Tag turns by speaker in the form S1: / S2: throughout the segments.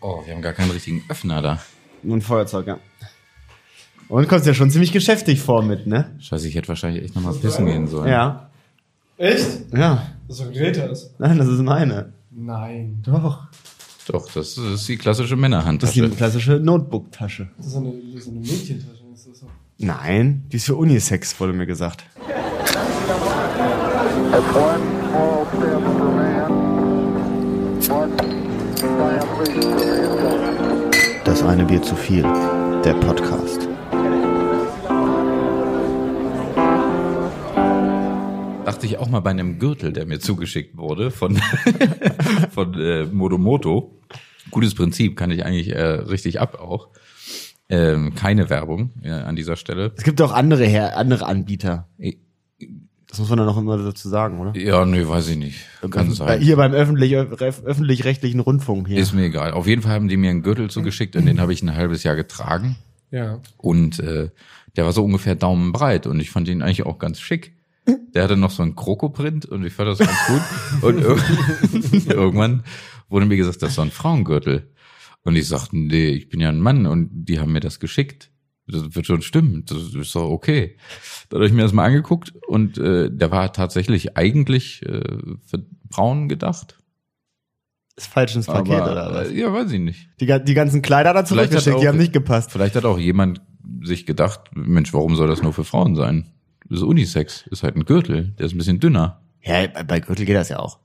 S1: Oh, wir haben gar keinen richtigen Öffner da.
S2: Nur ein Feuerzeug, ja. Und kommst ja schon ziemlich geschäftig vor mit, ne?
S1: Scheiße, ich hätte wahrscheinlich echt nochmal pissen gehen sollen.
S2: Ja.
S3: Echt?
S2: Ja.
S3: Das ist doch Greta's.
S2: Nein, das ist meine.
S3: Nein.
S2: Doch.
S1: Doch, das ist die klassische
S2: Das ist die
S1: Männerhandtasche.
S2: klassische Notebook-Tasche.
S3: Das ist eine, das ist eine Mädchentasche. Das ist doch
S2: Nein, die ist für Unisex, wurde mir gesagt.
S4: That's one small step for man, one giant leap for mankind.
S2: Das eine Bier zu viel. Der Podcast.
S1: Dachte ich auch mal bei einem Gürtel, der mir zugeschickt wurde von, von äh, Modomoto. Gutes Prinzip, kann ich eigentlich äh, richtig ab auch. Ähm, keine Werbung äh, an dieser Stelle.
S2: Es gibt auch andere, Her andere Anbieter.
S1: I-
S2: Das muss man dann auch immer dazu sagen, oder?
S1: Ja, nee, weiß ich nicht. Kann
S2: Also, Bei-
S1: sein.
S2: Hier beim öffentlich- öf- öffentlich-rechtlichen Rundfunk hier.
S1: Ist mir egal. Auf jeden Fall haben die mir einen Gürtel zugeschickt und den habe ich ein halbes Jahr getragen.
S3: ja.
S1: Und äh, der war so ungefähr daumenbreit und ich fand ihn eigentlich auch ganz schick. Der hatte noch so einen Krokoprint und ich fand das ganz gut. Und ir irgendwann wurde mir gesagt, das ist so ein Frauengürtel. Und ich sagte, nee, ich bin ja ein Mann und die haben mir das geschickt. Das wird schon stimmen, das ist doch okay. Da habe ich mir das mal angeguckt und äh, der war tatsächlich eigentlich äh, für Frauen gedacht.
S2: Ist falsch ins Paket,
S1: aber,
S2: oder was?
S1: äh, Ja, weiß ich nicht.
S2: Die, ga- die ganzen Kleider da
S1: Vielleicht hat
S2: zurückgeschickt,
S1: auch-
S2: die haben nicht gepasst.
S1: Vielleicht hat auch jemand sich gedacht, Mensch, warum soll das nur für Frauen sein? Das ist Unisex, ist halt ein Gürtel, der ist ein bisschen dünner.
S2: Ja, bei, bei Gürtel geht das ja auch.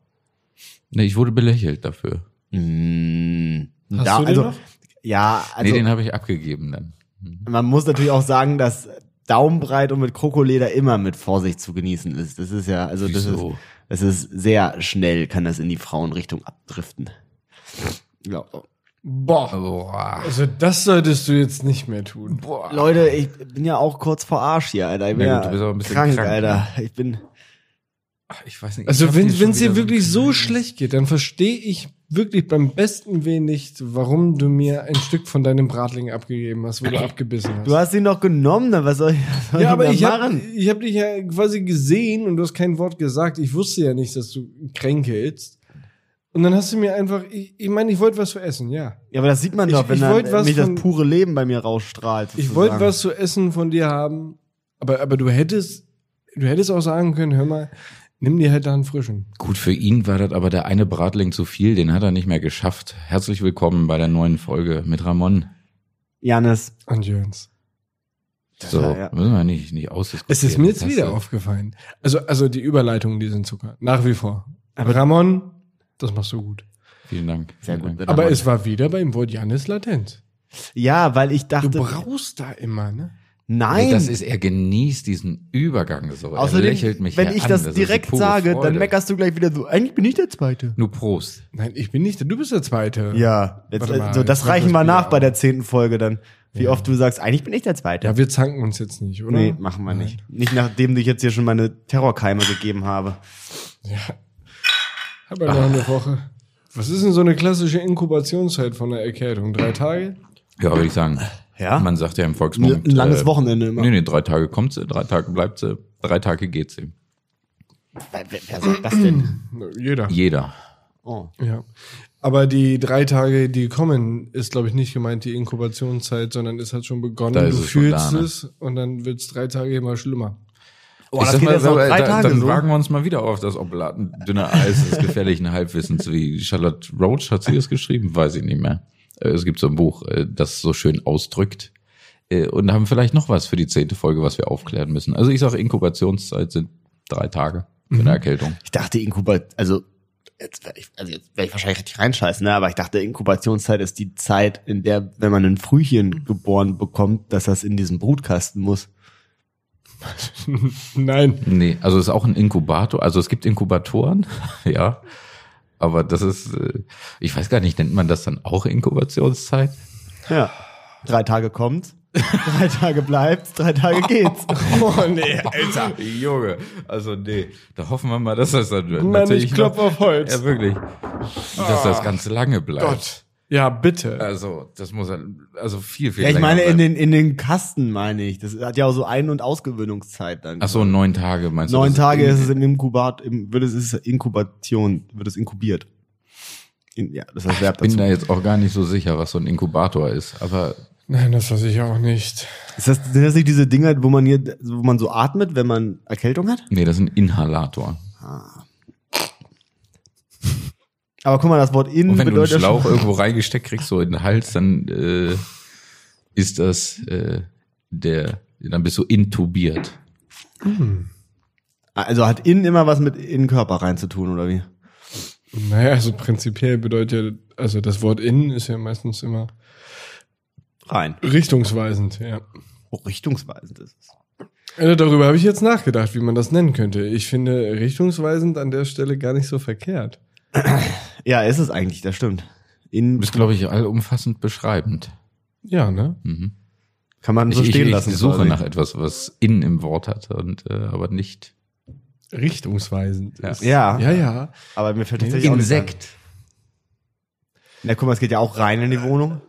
S1: Nee, ich wurde belächelt dafür.
S2: Mmh.
S3: Hast
S2: da,
S3: du den
S2: also,
S3: noch?
S2: Ja,
S1: nee,
S2: also
S1: den habe ich abgegeben dann.
S2: man muss natürlich auch sagen, dass Daumenbreit und mit Krokoleder immer mit Vorsicht zu genießen ist. Das ist ja, also das ist,
S1: Wieso?
S2: das ist sehr schnell, kann das in die Frauenrichtung abdriften. Ja.
S3: Boah.
S1: Boah.
S3: Also das solltest du jetzt nicht mehr tun.
S1: Boah.
S2: Leute, ich bin ja auch kurz vor Arsch hier, Alter. Ich bin
S1: Na
S2: ja,
S1: gut, du bist aber ein bisschen
S2: krank,
S1: krank, ne?
S2: Alter. Ich bin,
S1: Ich weiß nicht.
S3: Also wenn es dir wirklich so schlecht geht, dann verstehe ich wirklich beim besten Willen nicht, warum du mir ein Stück von deinem Bratling abgegeben hast, wo du abgebissen hast.
S2: du hast ihn doch genommen, dann was soll ich, was soll
S3: ja, aber
S2: ich,
S3: ich
S2: denn da
S3: habe
S2: machen?
S3: ich hab dich ja quasi gesehen und du hast kein Wort gesagt. Ich wusste ja nicht, dass du kränkelst. Und dann hast du mir einfach, ich, ich meine, ich wollte was für essen, ja.
S2: Ja, aber das sieht man
S3: Ich-
S2: doch, wenn
S3: ich wollt
S2: dann
S3: was
S2: mich das
S3: von-
S2: pure Leben bei mir rausstrahlt.
S3: Ich wollte
S2: sozusagen.
S3: was zu essen von dir haben, aber, aber du hättest, du hättest auch sagen können, hör mal, nimm dir halt da einen frischen.
S1: Gut, für ihn war das aber der eine Bratling zu viel, den hat er nicht mehr geschafft. Herzlich willkommen bei der neuen Folge mit Ramon.
S2: Janis,
S3: Und Jörns.
S1: So,
S2: war ja-
S1: müssen wir nicht, nicht ausdiskutieren.
S3: Es ist mir jetzt
S1: Das
S3: wieder
S1: hast du-
S3: aufgefallen. Also, also die Überleitungen, die sind Zucker. Nach wie vor. Aber Ramon, das machst du gut.
S1: Vielen Dank.
S2: Sehr
S1: vielen
S2: gut.
S1: Dank.
S3: Aber
S2: Ramon.
S3: es war wieder beim Wort Janis latent.
S2: ja, weil ich
S3: Du
S2: dachte,
S3: brauchst da immer, ne?
S2: nein.
S1: Nee, das ist, er genießt diesen Übergang so.
S2: Außerdem,
S1: Also er lächelt mich
S2: wenn
S1: ja
S2: ich
S1: an.
S2: das
S1: ist die
S2: direkt
S1: pure
S2: sage, dann
S1: Freude.
S2: meckerst du gleich wieder so, eigentlich bin ich der Zweite.
S1: Nur Prost.
S3: Nein, ich bin nicht der, du bist der Zweite.
S2: Ja, jetzt,
S3: Warte mal,
S2: so, das
S3: jetzt mach
S2: reichen
S3: das
S2: wir
S3: Bier
S2: nach bei
S3: auf.
S2: der zehnten Folge dann. Wie oft du sagst, eigentlich bin ich der Zweite.
S3: Ja, wir zanken uns jetzt nicht, oder?
S2: nee, machen wir nicht. Nicht nachdem ich jetzt hier schon meine Terrorkeime gegeben habe.
S3: Hab ja noch eine Woche. Was ist denn so eine klassische Inkubationszeit von einer Erkältung? Drei Tage?
S1: Ja, würde ich sagen.
S2: Ja?
S1: Man sagt ja im
S2: Ein
S1: Volksmund.
S2: langes
S1: äh,
S2: Wochenende immer.
S1: Nee, nee, drei Tage kommt sie, drei Tage bleibt sie, drei Tage geht sie.
S2: Wer, wer wer sagt das denn?
S3: Jeder.
S1: Jeder.
S2: Oh.
S3: Ja. Aber die drei Tage, die kommen, ist, glaube ich, nicht gemeint die Inkubationszeit, sondern es hat schon begonnen.
S1: Da ist
S3: du
S1: es schon
S3: fühlst
S1: da, ne?
S3: es und dann wird es drei Tage immer schlimmer.
S2: Oh, das geht jetzt noch drei
S1: äh, da,
S2: Tage
S1: dann
S2: so.
S1: wagen wir uns mal wieder auf das oblatendünne Eis des gefährlichen Halbwissens, wie Charlotte Roach hat sie es geschrieben, weiß ich nicht mehr. Äh, Es gibt so ein Buch, äh, das so schön ausdrückt. Äh, Und haben vielleicht noch was für die zehnte Folge, was wir aufklären müssen. Also ich sage, Inkubationszeit sind drei Tage für
S2: Mhm.
S1: eine Erkältung.
S2: Ich dachte, Inkubat, also jetzt werde ich, also jetzt werd ich wahrscheinlich richtig reinscheißen, ne? aber ich dachte, Inkubationszeit ist die Zeit, in der, wenn man ein Frühchen geboren bekommt, dass das in diesen Brutkasten muss.
S3: Nein.
S1: Nee, also es ist auch ein Inkubator. Also es gibt Inkubatoren, ja. Aber das ist, äh, ich weiß gar nicht, nennt man das dann auch Inkubationszeit?
S2: Ja. Drei Tage kommt, drei Tage bleibt, drei Tage geht's.
S3: Oh, nee, Alter.
S1: Junge, also nee, da hoffen wir mal, dass das dann
S3: Mann, ich klopf
S1: noch-
S3: auf Holz. Oh
S1: Ja, wirklich. Dass das ganz lange bleibt.
S3: Ah. Gott. Ja, bitte.
S1: Also, das muss ja- also viel, viel
S2: Ja, ich
S1: länger ne?
S2: meine, in
S1: bleiben.
S2: den, in den Kasten meine ich. Das hat ja auch so Ein- und Ausgewöhnungszeit dann.
S1: Ach so, neun Tage meinst
S2: Neun
S1: du? das
S2: Tage
S1: in-
S2: ist es im Inkubat, im, wird es ist Inkubation, wird es inkubiert. In, ja, das ist das Verb
S1: Bin
S2: dazu.
S1: da jetzt auch gar nicht so sicher, was so ein Inkubator ist. Aber
S3: Nein, das weiß ich auch nicht.
S2: Ist das, sind das nicht diese Dinger, wo man hier, wo man so atmet, wenn man Erkältung hat?
S1: nee, das ist ein Inhalator.
S2: Aber guck mal, das Wort in
S1: Und wenn du
S2: bedeutet
S1: einen
S2: ja
S1: Schlauch
S2: schon,
S1: irgendwo reingesteckt kriegst, so in den Hals, dann äh, ist das äh, der, dann bist du intubiert.
S2: also hat in immer was mit in den Körper rein zu tun oder wie?
S3: Naja, also prinzipiell bedeutet ja, also das Wort innen ist ja meistens immer
S2: Rein.
S3: richtungsweisend, ja.
S2: Oh, richtungsweisend ist es.
S3: Also darüber habe ich jetzt nachgedacht, wie man das nennen könnte. Ich finde richtungsweisend an der Stelle gar nicht so verkehrt.
S2: Ja, ist es eigentlich, das stimmt.
S1: Du
S2: In
S1: bist, glaube ich, allumfassend beschreibend.
S3: Ja, ne?
S1: Mhm.
S2: kann man
S1: Ich,
S2: so
S1: ich,
S2: stehen
S1: ich
S2: lassen.
S1: suche
S2: quasi.
S1: nach etwas, was in im Wort hat, und äh, aber nicht.
S3: Richtungsweisend.
S1: Ja.
S3: Ist,
S2: Ja.
S3: Ja, ja.
S2: Aber mir fällt
S3: Nee.
S2: tatsächlich Auch nicht ein. Na guck mal, es geht ja auch rein in die Wohnung.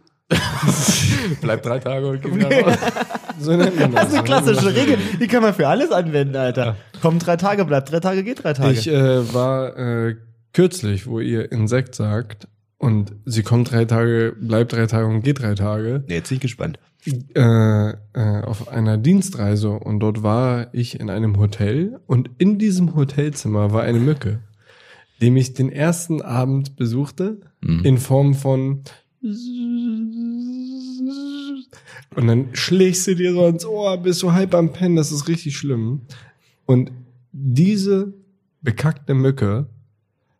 S1: Bleib drei Tage und geh wieder raus.
S3: So nennt man das. ne?
S2: Das ist eine klassische Regel, die kann man für alles anwenden, Alter. Kommen drei Tage, bleibt drei Tage, geht drei Tage.
S3: Ich äh, war äh, kürzlich, wo ihr Insekt sagt und sie kommt drei Tage, bleibt drei Tage und geht drei Tage
S2: nee, jetzt bin ich gespannt.
S3: äh, äh, auf einer Dienstreise und dort war ich in einem Hotel und in diesem Hotelzimmer war eine Mücke, die mich den ersten Abend besuchte
S1: Mhm.
S3: in Form von und dann schlägst du dir so ins Ohr, bist du halb am Pennen, das ist richtig schlimm. Und diese bekackte Mücke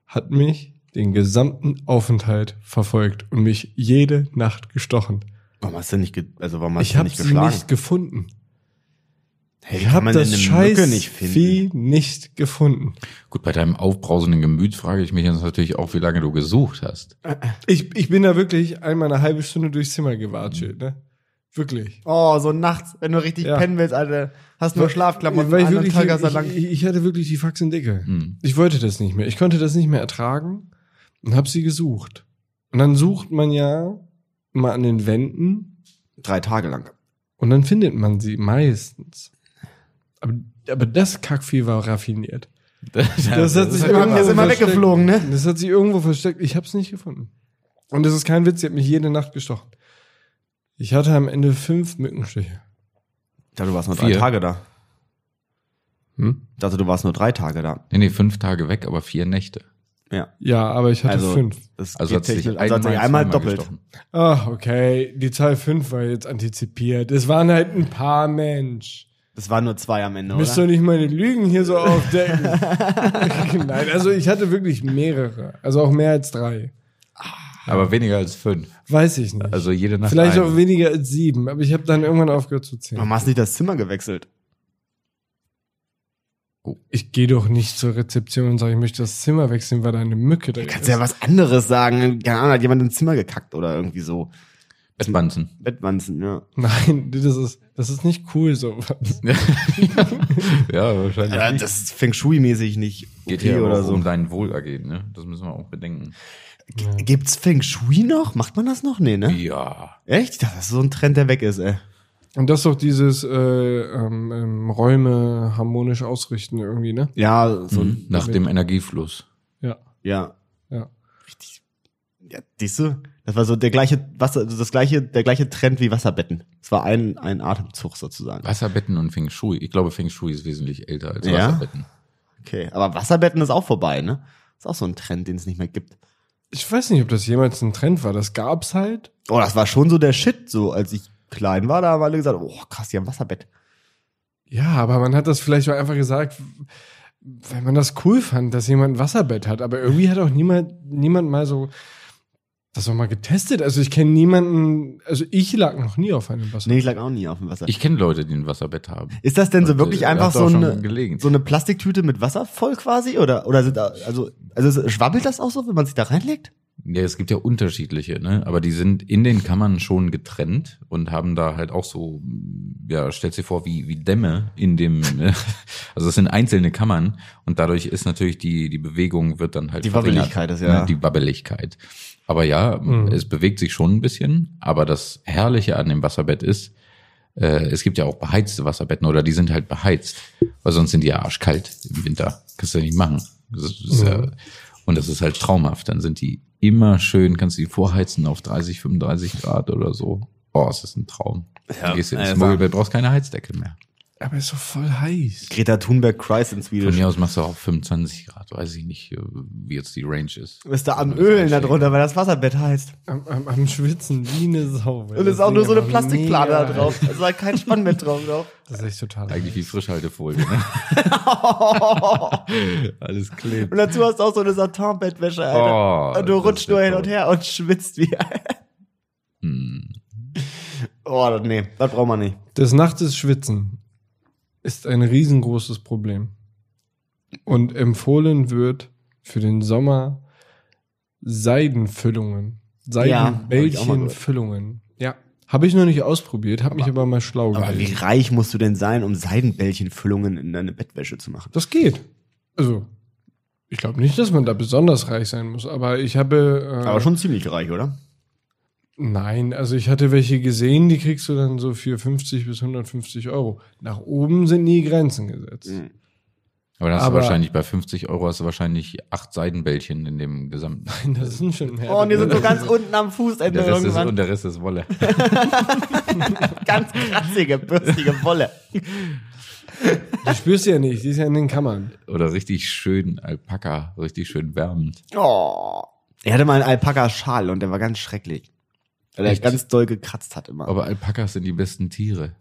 S3: hat mich den gesamten Aufenthalt verfolgt und mich jede Nacht gestochen.
S2: Warum hast du nicht, ge also warum hast
S3: ich
S2: du
S3: habe
S2: nicht
S3: sie
S2: geschlagen?
S3: nicht gefunden.
S2: Hey, wie
S3: ich
S2: kann
S3: habe
S2: man denn
S3: das
S2: eine
S3: scheiß
S2: Mücke nicht finden?
S3: Vieh nicht gefunden.
S1: Gut, bei deinem aufbrausenden Gemüt frage ich mich jetzt natürlich auch, wie lange du gesucht hast.
S3: Ich, ich bin da wirklich einmal eine halbe Stunde durchs Zimmer gewatschelt. Ne? Wirklich.
S2: Oh, so nachts, wenn du richtig
S3: Ja.
S2: pennen willst, Alter, hast nur Schlafklamotten,
S3: Weil ich,
S2: einen
S3: wirklich,
S2: Tag hast du lang.
S3: ich, ich, ich hatte wirklich die Faxen dicke.
S1: Hm.
S3: Ich wollte das nicht mehr. Ich konnte das nicht mehr ertragen und habe sie gesucht. Und dann sucht man ja mal an den Wänden
S2: drei Tage lang.
S3: und dann findet man sie meistens. Aber, aber das Kackvieh war raffiniert. Das hat sich
S2: halt immer-
S3: irgendwo
S2: ist immer
S3: versteckt.
S2: weggeflogen, ne?
S3: Das hat sich irgendwo versteckt. Ich habe es nicht gefunden. Und das ist kein Witz. Sie hat mich jede Nacht gestochen. Ich hatte am Ende fünf Mückenstiche.
S2: Ich dachte, du warst nur drei
S1: Vier.
S2: Tage da.
S3: Hm?
S2: Ich dachte, du warst nur drei Tage da.
S1: nee, nee, fünf Tage weg, aber vier Nächte.
S2: Ja.
S3: Ja, aber ich hatte
S2: Also,
S3: fünf.
S2: Das
S1: Also hat sich
S2: technisch-
S1: einmal,
S2: also hat sich einmal
S1: zweimal
S2: doppelt.
S1: gestochen.
S3: Ach, okay. Die Zahl fünf war jetzt antizipiert. Es waren halt ein paar Mensch.
S2: Das waren nur zwei am Ende,
S3: Müsst doch
S2: oder?
S3: nicht meine Lügen hier so aufdecken. Nein, also ich hatte wirklich mehrere. Also auch mehr als drei.
S1: Aber weniger als fünf.
S3: Weiß ich nicht.
S1: Also jede Nacht.
S3: Vielleicht
S1: eine.
S3: auch weniger als sieben. Aber ich habe dann irgendwann aufgehört zu zählen.
S2: Warum hast du nicht das Zimmer gewechselt?
S3: Oh. Ich gehe doch nicht zur Rezeption und sage, ich möchte das Zimmer wechseln, weil da eine Mücke drin
S2: Kannst
S3: ist.
S2: du ja was anderes sagen. Keine Ahnung, hat jemand ins Zimmer gekackt oder irgendwie so.
S1: Bettwanzen.
S2: Bettwanzen, ja.
S3: Nein, das ist, das ist nicht cool sowas.
S1: Ja, wahrscheinlich.
S2: ja
S1: nicht.
S2: das ist Feng Shui-mäßig nicht okay
S1: Geht hier
S2: oder so.
S1: um dein Wohlergehen, ne? Das müssen wir auch bedenken.
S2: Gibt's Feng Shui noch? Macht man das noch? Nee, ne?
S1: Ja.
S2: Echt? Ich dachte, Das ist so ein Trend, der weg ist, ey.
S3: Und das ist doch dieses äh, ähm, ähm, Räume harmonisch ausrichten irgendwie, ne?
S2: Ja, so ein,
S1: Nach dem Energiefluss.
S3: Ja.
S2: ja.
S3: ja.
S2: Ja, siehst du? Das war so der gleiche Wasser, also das gleiche, der gleiche Trend wie Wasserbetten. Es war ein, ein Atemzug sozusagen.
S1: Wasserbetten und Feng Shui. Ich glaube, Feng Shui ist wesentlich älter als
S2: Ja?
S1: Wasserbetten.
S2: Okay. Aber Wasserbetten ist auch vorbei, ne? Ist auch so ein Trend, den es nicht mehr gibt.
S3: Ich weiß nicht, ob das jemals ein Trend war. Das gab's halt.
S2: Oh, das war schon so der Shit, so als ich klein war, da haben alle gesagt, oh krass, die haben Wasserbett.
S3: Ja, aber man hat das vielleicht auch einfach gesagt, weil man das cool fand, dass jemand ein Wasserbett hat. Aber irgendwie hat auch niemand, niemand mal so das auch mal getestet. Also ich kenne niemanden, also ich lag noch nie auf einem Wasserbett.
S2: Nee, ich lag auch nie auf dem Wasser.
S1: Ich kenne Leute, die ein Wasserbett haben.
S2: ist das denn so
S1: Und,
S2: wirklich
S1: äh,
S2: einfach
S1: hast du
S2: so
S1: auch schon
S2: eine,
S1: gelegen.
S2: so eine Plastiktüte mit Wasser voll quasi? Oder, oder sind da, also, also schwabbelt das auch so, wenn man sich da reinlegt?
S1: Ja, es gibt ja unterschiedliche, ne? Aber die sind in den Kammern schon getrennt und haben da halt auch so, ja, stellst dir vor, wie, wie Dämme in dem, äh, also es sind einzelne Kammern und dadurch ist natürlich die, die Bewegung wird dann halt
S2: Die
S1: verringert,
S2: Wabbeligkeit ist ja- Mhm.
S1: Die Wabbeligkeit. Aber ja, es bewegt sich schon ein bisschen, aber das Herrliche an dem Wasserbett ist, äh, es gibt ja auch beheizte Wasserbetten oder die sind halt beheizt, weil sonst sind die ja
S2: Mhm.
S1: arschkalt im Winter. Kannst du ja nicht machen. Das ist, ja, und das ist halt traumhaft. Dann sind die immer schön, kannst die vorheizen auf 30, 35 Grad oder so. Oh, es ist ein Traum.
S2: Ja,
S1: du gehst ins
S2: also-
S1: Mogelbett, brauchst keine Heizdecke mehr.
S3: Aber ist doch voll heiß.
S2: Greta Thunberg cries in
S1: Von
S2: Swedish.
S1: mir aus machst du auch 25 Grad, weiß ich nicht, äh, wie jetzt die Range ist.
S2: Du bist da am
S1: Kann man das
S2: Ölen da
S1: einstellen.
S2: drunter, weil das Wasserbett heißt.
S3: Am, am, am Schwitzen wie eine Sau.
S2: Und es ist auch nur so eine Plastikplane da drauf. Es war kein Spannbett drauf. drauf.
S3: Das ist echt total
S1: Eigentlich wie
S3: heiß.
S1: Frischhaltefolie, ne? Alles klebt.
S2: Und dazu hast du auch so eine Satin-Bettwäsche, Alter.
S1: Oh,
S2: und du
S1: das ist
S2: rutschst
S1: der
S2: nur hin
S1: Traum.
S2: und her und schwitzt wie.
S1: Hm.
S2: Oh, das- nee, das braucht man nicht.
S3: Des Nachtes Schwitzen ist ein riesengroßes Problem. Und empfohlen wird für den Sommer Seidenfüllungen.
S2: Ja, hab ich auch mal gehört.
S3: Seidenbällchenfüllungen. Ja. Habe ich noch nicht ausprobiert, habe mich aber mal schlau
S2: Aber wie
S3: gelesen.
S2: reich musst du denn sein, um Seidenbällchenfüllungen in deine Bettwäsche zu machen?
S3: Das geht. Also, ich glaube nicht, dass man da besonders reich sein muss, aber ich habe. Äh,
S2: Aber schon ziemlich reich, oder?
S3: Nein, also ich hatte welche gesehen, die kriegst du dann so für 50 bis 150 Euro. Nach oben sind nie Grenzen gesetzt.
S2: Hm.
S1: Aber dann hast
S3: Aber-
S1: du wahrscheinlich bei 50 Euro hast du wahrscheinlich acht Seidenbällchen in dem gesamten.
S3: Das sind schon mehr.
S2: Oh, und die sind so ganz unten am Fußende
S1: Der Rest, ist,
S2: Genau, irgendwann.
S1: und der Rest ist Wolle.
S2: ganz kratzige, bürstige Wolle.
S3: Die spürst du ja nicht, die ist ja in den Kammern.
S1: Oder richtig schön Alpaka, richtig schön wärmend.
S2: Oh. Er hatte mal einen Alpaka-Schal und der war ganz schrecklich. Weil er
S1: Echt?
S2: ganz doll gekratzt hat immer.
S1: Aber Alpakas sind die besten Tiere.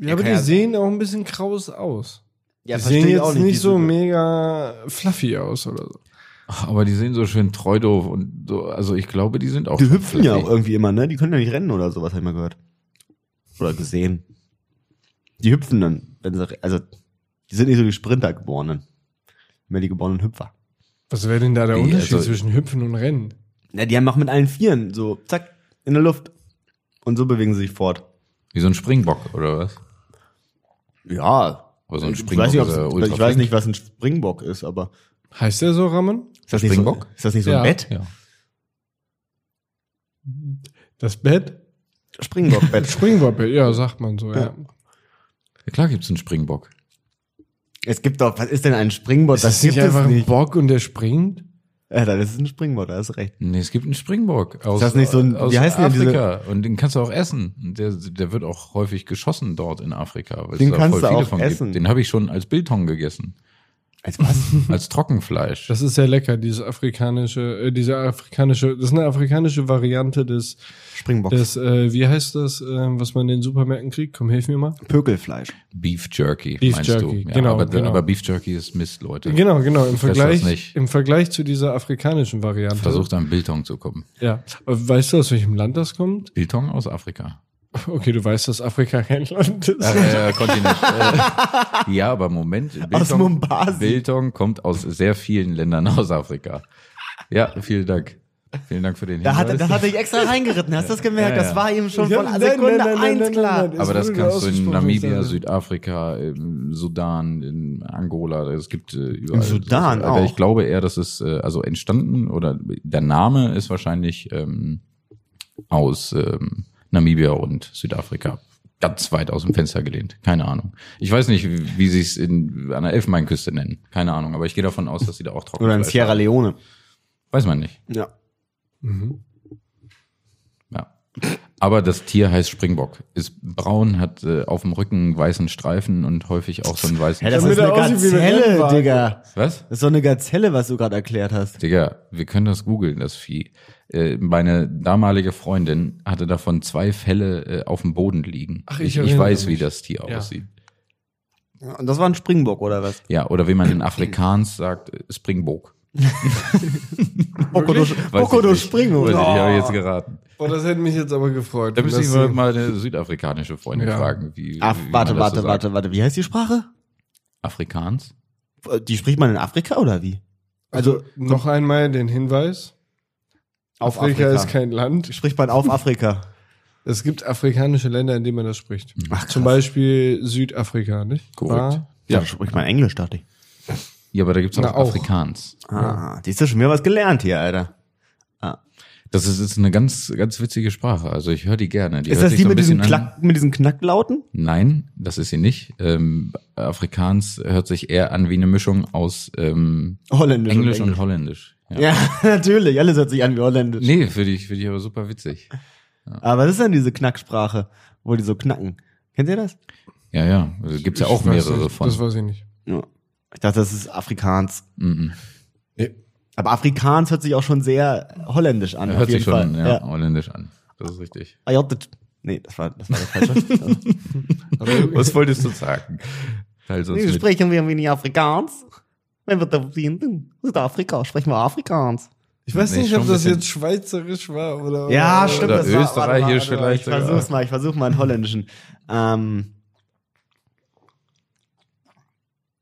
S3: Ja, aber
S2: kann
S3: die
S2: ja-
S3: sehen auch ein bisschen kraus aus.
S2: ja,
S3: die
S2: verstehe
S3: sehen
S2: ich
S3: jetzt nicht,
S2: diesen-
S3: so mega fluffy aus oder so.
S1: Ach, Aber die sehen so schön treu doof und so. Also ich glaube, die sind auch.
S2: Die hüpfen ja
S1: fluffig.
S2: auch irgendwie immer, ne? Die können ja nicht rennen oder sowas, hab ich mal gehört. Oder gesehen. Die hüpfen dann, wenn sie, also, die sind nicht so die Sprinter geborenen. Mehr die geborenen Hüpfer.
S3: Was wäre denn da der
S1: Nee,
S3: Unterschied
S1: also-
S3: zwischen Hüpfen und Rennen?
S2: Ja, die haben auch mit allen Vieren so, zack, in der Luft. Und so bewegen sie sich fort.
S1: Wie so ein Springbock oder was?
S2: Ja.
S1: Aber so ein
S2: Ich
S1: Springbock
S2: weiß nicht, ob's-
S1: ist ja ultra
S2: Ich weiß
S1: flink.
S2: nicht, was ein Springbock ist, aber.
S3: Heißt der so, Ramon?
S2: Ist das nicht
S1: Springbock?
S2: So, ist das nicht so
S3: Ja.
S2: ein Bett?
S1: Ja.
S3: Das Bett?
S2: Springbockbett.
S3: Springwappel, ja, sagt man so, ja.
S1: ja klar gibt's einen Springbock.
S2: es gibt doch, was ist denn ein Springbock?
S3: Ist das nicht
S2: gibt es
S3: einfach ein Bock und der springt?
S2: Ja, dann ist es ein Springbock, da hast du recht.
S1: Nee, es gibt einen Springbock aus,
S2: das nicht so ein-
S1: aus
S2: wie heißen denn diese-
S1: Afrika. Und den kannst du auch essen. Und Der, der wird auch häufig geschossen dort in Afrika. Weil es
S2: Den
S1: da
S2: kannst du
S1: viele
S2: auch essen.
S1: Gibt. Den habe ich schon als Biltong gegessen.
S2: Als was?
S1: Als Trockenfleisch.
S3: Das ist sehr lecker, dieses afrikanische, äh, diese afrikanische, das ist eine afrikanische Variante des,
S2: Springbock.
S3: des äh, wie heißt das, äh, was man in den Supermärkten kriegt? Komm, hilf mir mal.
S2: Pökelfleisch.
S1: Beef Jerky,
S3: Beef
S1: meinst
S3: Jerky,
S1: du?
S3: genau,
S1: aber,
S3: genau.
S1: aber Beef Jerky ist Mist, Leute.
S3: Genau, genau, im
S1: Besser ist
S3: Vergleich,
S1: nicht.
S3: im Vergleich zu dieser afrikanischen Variante.
S1: Versucht an Biltong zu kommen.
S3: Ja. Aber Weißt du, aus welchem Land das kommt?
S1: Biltong aus Afrika.
S3: Okay, du weißt, dass Afrika kein Land ist.
S1: Äh, Kontinent. äh, ja, aber Moment.
S2: Aus Mombasa.
S1: Biltong kommt aus sehr vielen Ländern aus Afrika. Ja, vielen Dank. Vielen Dank für den
S2: Da
S1: Hinweis.
S2: hat, da hat er dich extra reingeritten, hast du das
S1: Ja,
S2: gemerkt?
S1: ja.
S2: Das war ihm schon
S3: Ich hab-
S2: von
S3: nein,
S2: Sekunde
S3: nein, nein, nein,
S2: eins
S3: nein,
S2: klar.
S3: nein, nein.
S1: Aber das
S3: wurde
S1: kannst du in
S3: ausgesprochen,
S1: Namibia,
S3: Sache.
S1: Südafrika, im Sudan, in Angola, es gibt äh, überall.
S2: Sudan
S1: Aber
S2: auch.
S1: Ich glaube eher, dass es äh, also entstanden oder der Name ist wahrscheinlich ähm, aus ähm, Namibia und Südafrika. Ganz weit aus dem Fenster gelehnt. Keine Ahnung. Ich weiß nicht, wie, wie sie es in, an der Elfenbeinküste nennen. Keine Ahnung. Aber ich gehe davon aus, dass sie da auch trocken
S2: Oder in Sierra Leone.
S1: Weiß man nicht.
S2: Ja.
S1: Ja. Aber das Tier heißt Springbock. Ist braun, hat äh, auf dem Rücken weißen Streifen und häufig auch so einen weißen.
S2: Hä, das
S3: Damit
S2: ist eine
S3: er aussieht wie eine
S2: Gazelle,
S3: Rennwagen.
S2: Digga.
S1: Was?
S2: Das ist so eine Gazelle, was du gerade erklärt hast.
S1: Digga, wir können das googeln, das Vieh. Äh, meine damalige Freundin hatte davon zwei Fälle äh, auf dem Boden liegen.
S3: Ach, ich
S1: ich, ich,
S3: erinnere
S1: weiß,
S3: mich.
S1: wie das Tier
S3: Ja.
S1: aussieht.
S2: Ja, Und das war ein Springbock, oder was?
S1: Ja, oder wie man in Afrikaans sagt, äh, Springbok.
S2: Boko do,
S3: Oh
S1: Weiß
S2: Boko
S1: ich
S2: do
S1: nicht.
S2: Springo.
S1: Weiß ich nicht, habe ich jetzt
S2: Oh.
S1: geraten.
S3: Boah, das hätte mich jetzt aber gefreut.
S1: Da müsste
S3: wenn
S1: ich
S3: das
S1: mal
S3: so-
S1: meine südafrikanische Freundin
S3: Ja.
S1: fragen, wie,
S2: Ah,
S1: wie man das
S2: warte,
S1: so
S2: warte,
S1: sagt.
S2: warte, warte. Wie heißt die Sprache?
S1: Afrikaans?
S2: Äh, Die spricht man in Afrika oder wie? Also
S3: noch einmal den Hinweis.
S2: auf
S3: Afrika,
S2: Afrika.
S3: ist kein Land.
S2: spricht man auf Afrika.
S3: Es gibt afrikanische Länder, in denen man das spricht.
S1: Mhm.
S2: Ach, krass.
S3: Zum Beispiel Südafrika, nicht?
S1: Korrekt.
S3: War-
S2: Ja, spricht man Englisch, dachte ich.
S1: Ja, aber da gibt's
S3: Na,
S1: auch
S3: auch.
S1: Afrikaans.
S2: Ah, die ist ja schon wieder was gelernt hier, Alter.
S1: Das ist, ist eine ganz, ganz witzige Sprache. Also ich höre die gerne. Die
S2: ist
S1: hört
S2: das
S1: sich
S2: die
S1: so ein
S2: mit diesen,
S1: bisschen an-
S2: Klack, mit diesen Knacklauten?
S1: Nein, das ist sie nicht. Ähm, Afrikaans hört sich eher an wie eine Mischung aus ähm,
S2: Holländisch. und
S1: Englisch und Holländisch.
S2: Ja, natürlich. Alles hört sich an wie holländisch.
S1: Nee, finde ich, finde ich aber super witzig.
S2: Aber was ist denn diese Knacksprache, wo die so knacken? Kennt ihr das?
S1: Ja, ja. Also gibt's ja
S3: Ich
S1: auch
S3: weiß
S1: mehrere
S3: nicht,
S1: von.
S3: Das weiß ich nicht.
S2: Ja. Ich dachte, das ist Afrikaans.
S1: Mhm.
S3: Nee.
S2: Aber Afrikaans hört sich auch schon sehr holländisch an. auf
S1: Hört sich
S2: jeden
S1: schon
S2: Fall.
S1: ja, holländisch an. Das ist richtig.
S2: Ah, ja, das- Nee, das war das, war das falsche.
S1: Was wolltest du sagen? Teils uns
S2: Nee,
S1: mit.
S2: sprechen wir wenig Afrikaans. Wenn wir da sind, Südafrika, sprechen wir Afrikaans.
S3: Ich weiß
S1: Nee,
S3: nicht,
S1: schon
S3: ob
S1: ein
S3: das
S1: bisschen-
S3: jetzt schweizerisch war oder.
S2: Ja,
S3: oder-
S2: stimmt.
S1: Oder
S2: das war- warte mal,
S1: österreichisch
S2: warte mal, Ich
S1: vielleicht sogar.
S2: versuch's mal, ich versuch mal einen holländischen. Ähm.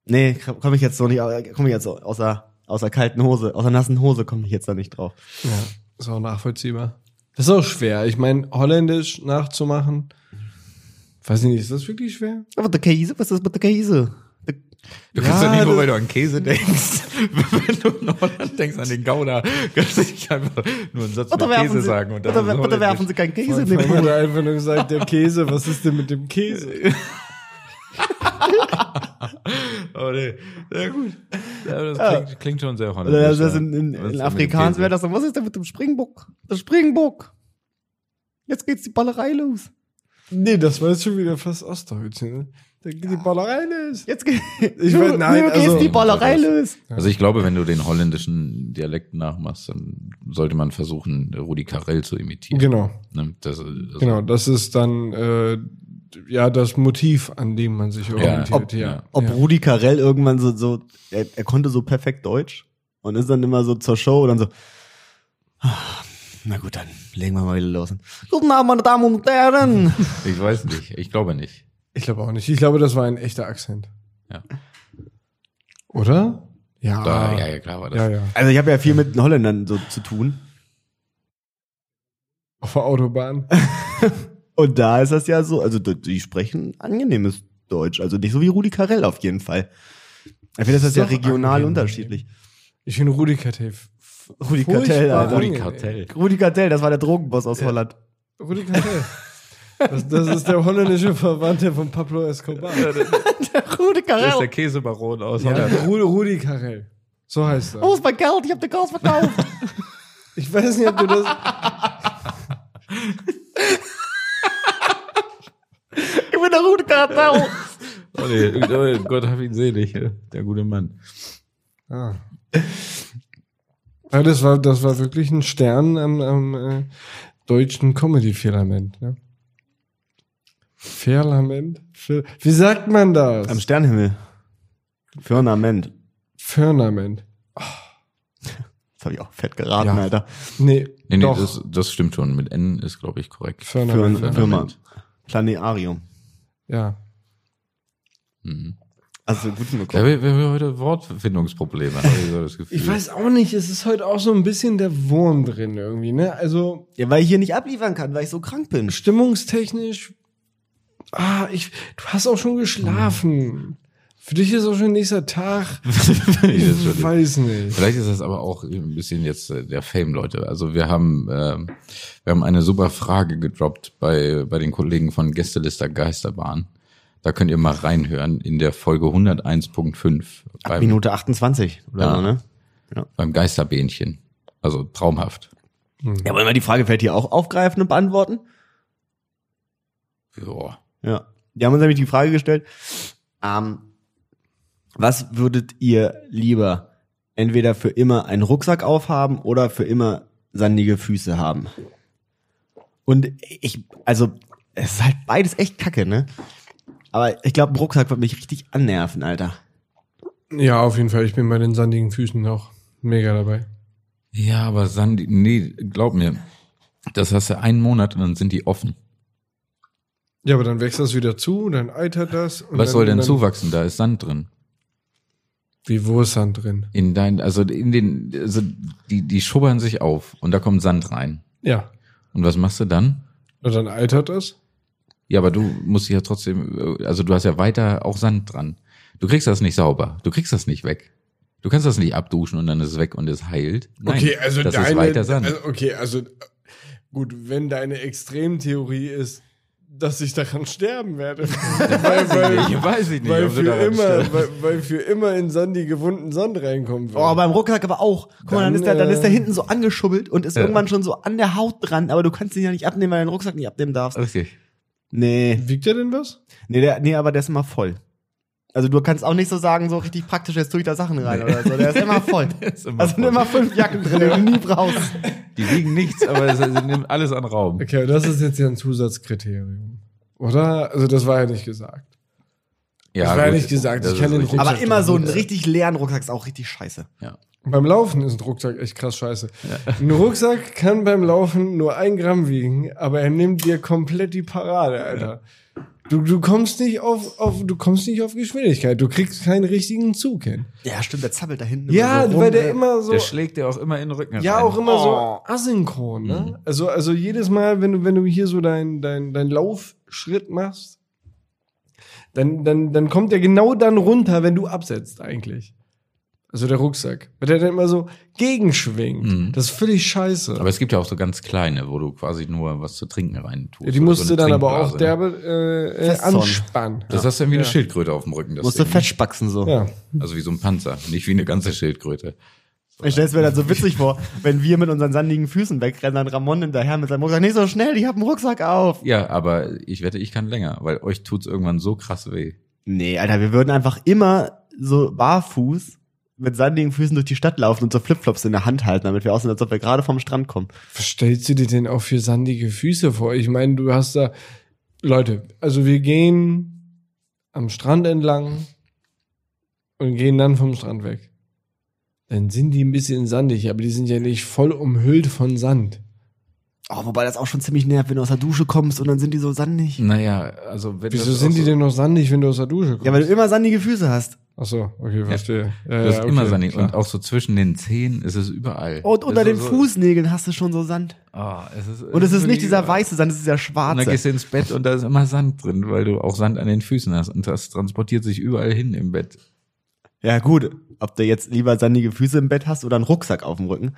S2: Nee, komme ich jetzt so nicht, komme ich jetzt so außer, außer kalten Hose, außer nassen Hose komme ich jetzt da nicht drauf.
S3: Ja, ist auch nachvollziehbar. Das ist auch schwer. Ich meine, Holländisch nachzumachen. Weiß ich nicht, ist das wirklich schwer?
S2: Aber der Käse, was ist mit der Käse? Der-
S1: Du kannst
S3: Ja,
S1: doch nicht,
S3: das-
S1: wobei du an Käse denkst. Wenn du in Holland denkst an den Gauner, kannst du nicht einfach nur einen Satz mit Käse sagen und dann
S2: oder,
S1: ist es
S2: wer- oder werfen
S1: holländisch.
S2: Sie keinen Käse in
S3: Ich
S2: den Mund.
S3: habe einfach nur gesagt, der Käse, was ist denn mit dem Käse?
S1: Oh, nee. Sehr gut. Ja, das
S2: Ja.
S1: klingt, klingt schon sehr holländisch.
S2: Oder das ist
S1: ja.
S2: in,
S1: Was
S2: in,
S1: ist denn
S2: in
S1: mit
S2: Afrikaans
S1: dem
S2: wäre
S1: Käse?
S2: das dann, was ist denn mit dem Springbock? Der Springbock. Jetzt geht's die Ballerei los.
S3: Nee, das war jetzt schon wieder fast Ostdeutsch. Ne? Da geht die ne? Ballerei los.
S2: Jetzt geht
S3: Ich will- nein,
S2: Jetzt geht's
S3: also-
S2: die Ballerei
S1: Ja.
S2: los.
S1: Also ich glaube, wenn du den holländischen Dialekt nachmachst, dann sollte man versuchen, Rudi Carell zu imitieren.
S3: Genau,
S1: Ne? Das, also,
S3: genau. Das ist dann äh, ja das Motiv, an dem man sich orientiert.
S1: ob-
S3: ja.
S1: ja.
S2: Ob
S3: ja.
S2: Rudi Carell irgendwann so, so er, er konnte so perfekt Deutsch und ist dann immer so zur Show und dann so, "Ah, na gut, dann legen wir mal wieder los. Guten Abend, meine Damen und Herren.
S1: Ich weiß nicht. Ich glaube nicht.
S3: Ich glaube auch nicht. Ich glaube, das war ein echter Akzent.
S1: Ja.
S3: Oder? Ja.
S1: Da, Ah. ja, ja, klar war das.
S3: ja, ja.
S2: Also ich habe ja viel mit den Holländern so zu tun.
S3: Auf der Autobahn.
S2: Und da ist das ja so, also die, die sprechen angenehmes Deutsch, also nicht so wie Rudi Carell auf jeden Fall. Ich finde, das ist ja
S3: doch
S2: regional
S3: angenehm.
S2: unterschiedlich.
S3: Ich bin Rudi Cartell. f-
S2: Rudi Cartell,
S3: furchtbar
S2: Alter.
S1: Rudi
S3: angenehm.
S1: Cartell.
S2: Rudi Cartell, das war der Drogenboss aus Holland.
S3: Rudi Cartell. Das, das ist der holländische Verwandte von Pablo Escobar.
S2: Rudi
S1: Das ist der
S2: Carell.
S1: Käsebaron aus
S3: Ja,
S1: Holland.
S3: Rudi, Rudi Carell. So heißt
S2: Wo
S3: er.
S2: ist mein Geld? Ich hab den Kurs verkauft.
S3: Ich weiß nicht, ob du das.
S2: Ich bin der Rudi Cartell.
S1: Oh, nee. Oh, Gott hab ihn selig, ja. der gute Mann.
S3: Ah. Ja, das, war, das war wirklich ein Stern am, am äh, deutschen Comedy-Firmament. Ne? Firmament? Fir- Wie sagt man
S2: Am
S3: das?
S2: Sternhimmel. Firmament.
S3: Firmament.
S2: Das habe ich auch fett geraten,
S3: Ja.
S2: Alter.
S3: Nee,
S1: Nee, nee,
S3: doch.
S1: das, das stimmt schon. Mit N ist, glaube ich, korrekt.
S3: Firmament.
S2: Firma. Firma. Planetarium.
S3: Ja.
S1: Mhm.
S2: Also gut
S1: Ja,
S2: bekommen.
S1: wir, wir haben heute Wortfindungsprobleme, habe ich so das Gefühl.
S3: Ich weiß auch nicht, es ist heute auch so ein bisschen der Wurm drin irgendwie, ne? Also
S2: Ja, weil ich hier nicht abliefern kann, weil ich so krank bin.
S3: stimmungstechnisch, ah, ich, du hast auch schon
S1: Hm.
S3: geschlafen. Für dich ist auch schon nächster Tag.
S1: Nee, das ist schon-
S3: Ich weiß nicht.
S1: Vielleicht ist das aber auch ein bisschen jetzt äh, der Fame, Leute. Also wir haben, ähm, wir haben eine super Frage gedroppt bei, bei den Kollegen von Gästelister Geisterbahn. Da könnt ihr mal reinhören in der Folge 101.5
S2: Ab
S1: beim,
S2: Minute 28 oder
S1: Ja.
S2: so, ne?
S1: beim Geisterbähnchen. Also traumhaft.
S2: Ja, wollen wir die Frage vielleicht hier auch aufgreifen und beantworten?
S1: Joa.
S2: Ja. Die haben uns nämlich die Frage gestellt, ähm, was würdet ihr lieber entweder für immer einen Rucksack aufhaben oder für immer sandige Füße haben? Und ich, also, es ist halt beides echt kacke, ne? Aber ich glaube, ein Rucksack wird mich richtig annerven, Alter.
S3: Ja, auf jeden Fall. Ich bin bei den sandigen Füßen auch mega dabei.
S1: Ja, aber Sandy, nee, glaub mir, das hast du einen Monat und dann sind die offen.
S3: Ja, aber dann wächst das wieder zu, dann eitert das. und
S1: Was
S3: dann,
S1: soll denn
S3: dann,
S1: zuwachsen? Da ist Sand drin.
S3: Wie wo ist Sand drin?
S1: In dein, also in den, also die, die schubbern sich auf und da kommt Sand rein.
S3: Ja.
S1: Und was machst du dann?
S3: Und dann eitert das?
S1: Ja, aber du musst dich ja trotzdem, äh, also du hast ja weiter auch Sand dran. Du kriegst das nicht sauber. Du kriegst das nicht weg. Du kannst das nicht abduschen und dann ist es weg und es heilt. Nein,
S3: okay, also
S1: das
S3: deine,
S1: ist weiter Sand.
S3: Also, okay, also äh, gut, wenn deine Extremtheorie ist, dass ich daran sterben werde.
S1: Weiß ich nicht, weiß ich nicht.
S3: also Weil
S1: ob du
S3: für,
S1: daran
S3: immer,
S1: stirbst.
S3: weil, weil für immer in sandige Wunden Sand reinkommen wird.
S2: Oh, beim Rucksack aber auch. Guck mal, dann,
S3: Dann,
S2: ist der, dann
S3: äh,
S2: ist der hinten so angeschubbelt und ist
S1: Ja.
S2: irgendwann schon so an der Haut dran, aber du kannst ihn ja nicht abnehmen, weil du den Rucksack nicht abnehmen darfst.
S1: Richtig.
S2: Nee.
S3: Wiegt er denn was?
S2: Nee, der, nee, aber der ist immer voll. Also du kannst auch nicht so sagen, so richtig praktisch, jetzt tue ich da Sachen rein oder so. Der ist immer voll.
S1: Ist immer
S2: Da sind
S1: voll.
S2: immer fünf Jacken drin, die du nie brauchst.
S1: Also Die wiegen nichts, aber es es nimmt alles an Raum.
S3: Okay, aber das ist jetzt ja ein Zusatzkriterium. Oder? Also, das war ja nicht gesagt. das war ja
S1: gut.
S3: nicht gesagt,
S1: Das
S3: ich kann
S1: ist
S3: den
S1: richtig.
S3: Rucksack-
S2: Aber immer so einen richtig leeren Rucksack ist auch richtig scheiße.
S1: Ja.
S3: Beim Laufen ist ein Rucksack echt krass scheiße. Ein Rucksack kann beim Laufen nur ein Gramm wiegen, aber er nimmt dir komplett die Parade, Alter. Du, du kommst nicht auf, auf, du kommst nicht auf Geschwindigkeit. Du kriegst keinen richtigen Zug hin.
S2: Ja, stimmt, der zappelt da hinten.
S3: Ja,
S2: immer so rum,
S3: weil der
S2: äh,
S3: immer so,
S1: Der schlägt dir auch immer in den Rücken
S3: ja
S1: rein.
S3: auch immer
S2: Oh.
S3: so asynchron, ne?
S1: Mhm.
S3: Also, also jedes Mal, wenn du, wenn du hier so dein, dein, dein Laufschritt machst, dann, dann, dann kommt der genau dann runter, wenn du absetzt, eigentlich. Also der Rucksack. Weil der dann immer so gegenschwingt.
S1: Mhm.
S3: Das ist völlig scheiße.
S1: Aber es gibt ja auch so ganz kleine, wo du quasi nur was zu trinken rein tust.
S3: ja, die
S1: Oder
S3: musst
S1: so
S3: du dann
S1: eine
S3: aber auch
S1: Trinkblase, ne?
S3: derbe äh, äh,
S2: Festzorn.
S3: anspannen.
S1: Das hast du dann wie eine Schildkröte auf dem Rücken. Das
S2: Musst du
S1: Ding.
S2: fettspaxen so.
S3: Ja.
S1: Also wie so ein Panzer, nicht wie eine ganze Schildkröte.
S2: Ich stell's mir dann so witzig vor, wenn wir mit unseren sandigen Füßen wegrennen, dann Ramon hinterher mit seinem Rucksack. Nicht so schnell, ich hab einen Rucksack auf.
S1: Ja, aber ich wette, ich kann länger, weil euch tut's irgendwann so krass weh.
S2: Nee, Alter, wir würden einfach immer so barfuß mit sandigen Füßen durch die Stadt laufen und so Flipflops in der Hand halten, damit wir aussehen, als ob wir gerade vom Strand kommen.
S3: Was stellst du dir denn auch für sandige Füße vor? Ich meine, du hast da. Leute, also wir gehen am Strand entlang und gehen dann vom Strand weg. Dann sind die ein bisschen sandig, aber die sind ja nicht voll umhüllt von Sand.
S2: Oh, wobei das auch schon ziemlich nervt, wenn du aus der Dusche kommst und dann sind die so sandig.
S1: Naja, also wenn
S3: Wieso
S1: das
S3: sind
S1: auch
S3: die
S1: so-
S3: denn noch sandig, wenn du aus der Dusche kommst?
S2: Ja, weil du immer sandige Füße hast.
S3: Achso, okay, verstehe. Ja,
S1: Das ist
S3: ja,
S1: immer
S3: okay,
S1: sandig.
S3: klar.
S1: Und auch so zwischen den Zähnen ist es überall.
S2: Und
S1: Das
S2: unter den
S1: ist so-
S2: Fußnägeln hast du schon so Sand.
S1: Ah, es ist,
S2: Und es ist nicht dieser
S1: überall.
S2: weiße Sand, es ist der
S1: Und dann
S2: schwarze.
S1: gehst du ins Bett und da ist immer Sand drin, weil du auch Sand an den Füßen hast. Und das transportiert sich überall hin im Bett.
S2: Ja, gut. Ob du jetzt lieber sandige Füße im Bett hast oder einen Rucksack auf dem Rücken.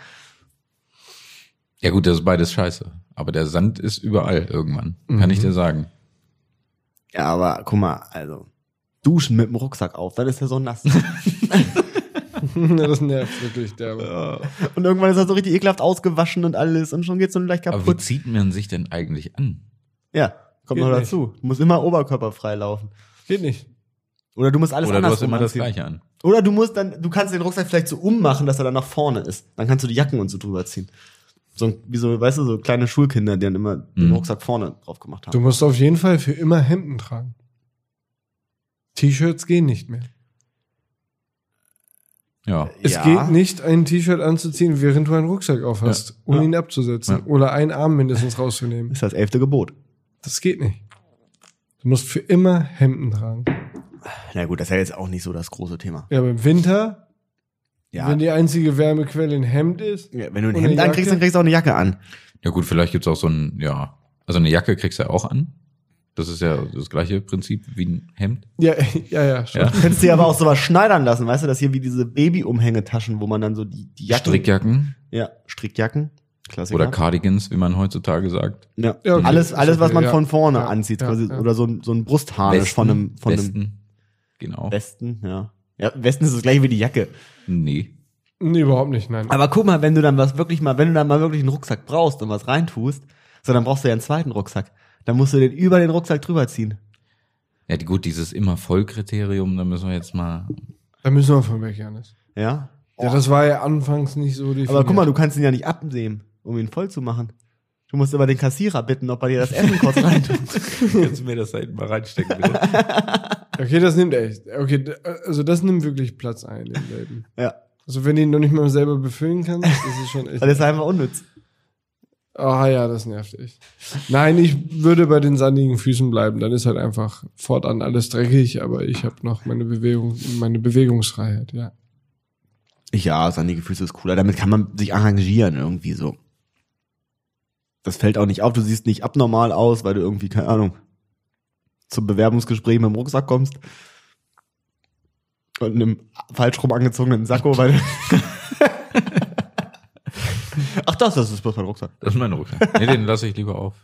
S1: Ja gut, das ist beides scheiße. Aber der Sand ist überall irgendwann. Kann
S3: Mhm.
S1: ich dir sagen.
S2: Ja, aber guck mal, also. Duschen mit dem Rucksack auf, dann ist er so nass.
S3: Ja, das nervt wirklich. Der
S2: und irgendwann ist er so richtig ekelhaft ausgewaschen und alles und schon geht's so leicht
S1: Aber wie
S2: kaputt.
S1: zieht man sich denn eigentlich an?
S2: Ja, kommt
S3: Geht
S2: noch
S3: nicht.
S2: dazu. Du musst immer oberkörperfrei laufen.
S3: Geht nicht.
S2: Oder du musst alles
S1: Oder du hast
S2: andersrum
S1: immer das
S2: anziehen.
S1: Gleiche an.
S2: Oder du musst dann, du kannst den Rucksack vielleicht so ummachen, dass er dann nach vorne ist. Dann kannst du die Jacken und so drüber ziehen. So, ein- wie so, weißt du, so kleine Schulkinder, die dann immer den
S1: Mhm.
S2: Rucksack vorne drauf gemacht haben.
S3: Du musst auf jeden Fall für immer Hemden tragen. T-Shirts gehen nicht mehr.
S1: Ja.
S3: Es
S2: Ja.
S3: geht nicht, ein T-Shirt anzuziehen, während du einen Rucksack auf hast, ohne ihn abzusetzen
S1: Ja.
S3: oder einen Arm mindestens rauszunehmen.
S2: ist das elfte Gebot.
S3: Das geht nicht. Du musst für immer Hemden tragen.
S2: Na gut, das ist ja jetzt auch nicht so das große Thema.
S3: Ja, aber im Winter,
S2: Ja.
S3: wenn die einzige Wärmequelle ein Hemd ist,
S2: Ja, wenn du ein
S3: Ohne
S2: Hemd
S3: Jacke?
S2: ankriegst, dann kriegst du auch eine Jacke an.
S1: Ja gut, vielleicht gibt's auch so ein, ja. Also eine Jacke kriegst du ja auch an. Das ist ja das gleiche Prinzip wie ein Hemd.
S3: ja, ja, ja, schon.
S1: Ja.
S2: Du könntest dir aber auch sowas schneidern lassen, weißt du, das hier wie diese Babyumhängetaschen, wo man dann so die, die Jacken.
S1: Strickjacken
S2: Ja, Strickjacken. Klassiker.
S1: oder Cardigans, wie man heutzutage sagt.
S2: ja.
S3: Ja, okay.
S2: Alles, alles, was man
S3: Ja.
S2: von vorne
S3: Ja.
S2: anzieht,
S3: Ja.
S2: quasi,
S3: Ja.
S2: oder so ein, so ein Brustharnisch von einem, von einem
S1: Westen. Genau.
S2: Westen, ja. Ja, Westen ist das gleiche wie die Jacke.
S1: Nee.
S3: Nee, überhaupt nicht, nein.
S2: Aber guck mal, wenn du dann was wirklich mal, wenn du dann mal wirklich einen Rucksack brauchst und was reintust, so dann brauchst du ja einen zweiten Rucksack. Dann musst du den über den Rucksack drüber ziehen.
S1: Ja, die- gut, dieses immer Vollkriterium, da müssen wir jetzt mal.
S3: Da müssen wir von weg, Janis.
S2: Ja.
S3: Ja, das war ja anfangs nicht so definiert.
S2: Aber guck mal, du kannst ihn ja nicht abnehmen, um ihn voll zu machen. Du musst aber den Kassierer bitten, ob er dir das Essen kurz reintut.
S1: Kannst du mir das da hinten mal reinstecken, bitte?
S3: Okay, das nimmt echt. Okay, d- also das nimmt wirklich Platz ein im Leben.
S2: Ja.
S3: Also wenn du ihn noch nicht mal selber befüllen kannst, das ist schon echt.
S2: Weil das ist einfach unnütz.
S3: Ah ja, das nervt echt. Nein, ich würde bei den sandigen Füßen bleiben. Dann ist halt einfach fortan alles dreckig, aber ich habe noch meine Bewegung, meine Bewegungsfreiheit, ja.
S2: Ja, sandige Füße ist cooler. Damit kann man sich arrangieren irgendwie so. Das fällt auch nicht auf. Du siehst nicht abnormal aus, weil du irgendwie, keine Ahnung, zum Bewerbungsgespräch mit dem Rucksack kommst. Und einem falsch rum angezogenen Sakko, weil du Ach das, das ist bloß mein Rucksack.
S1: Das ist mein Rucksack. Nee, den lasse ich lieber auf.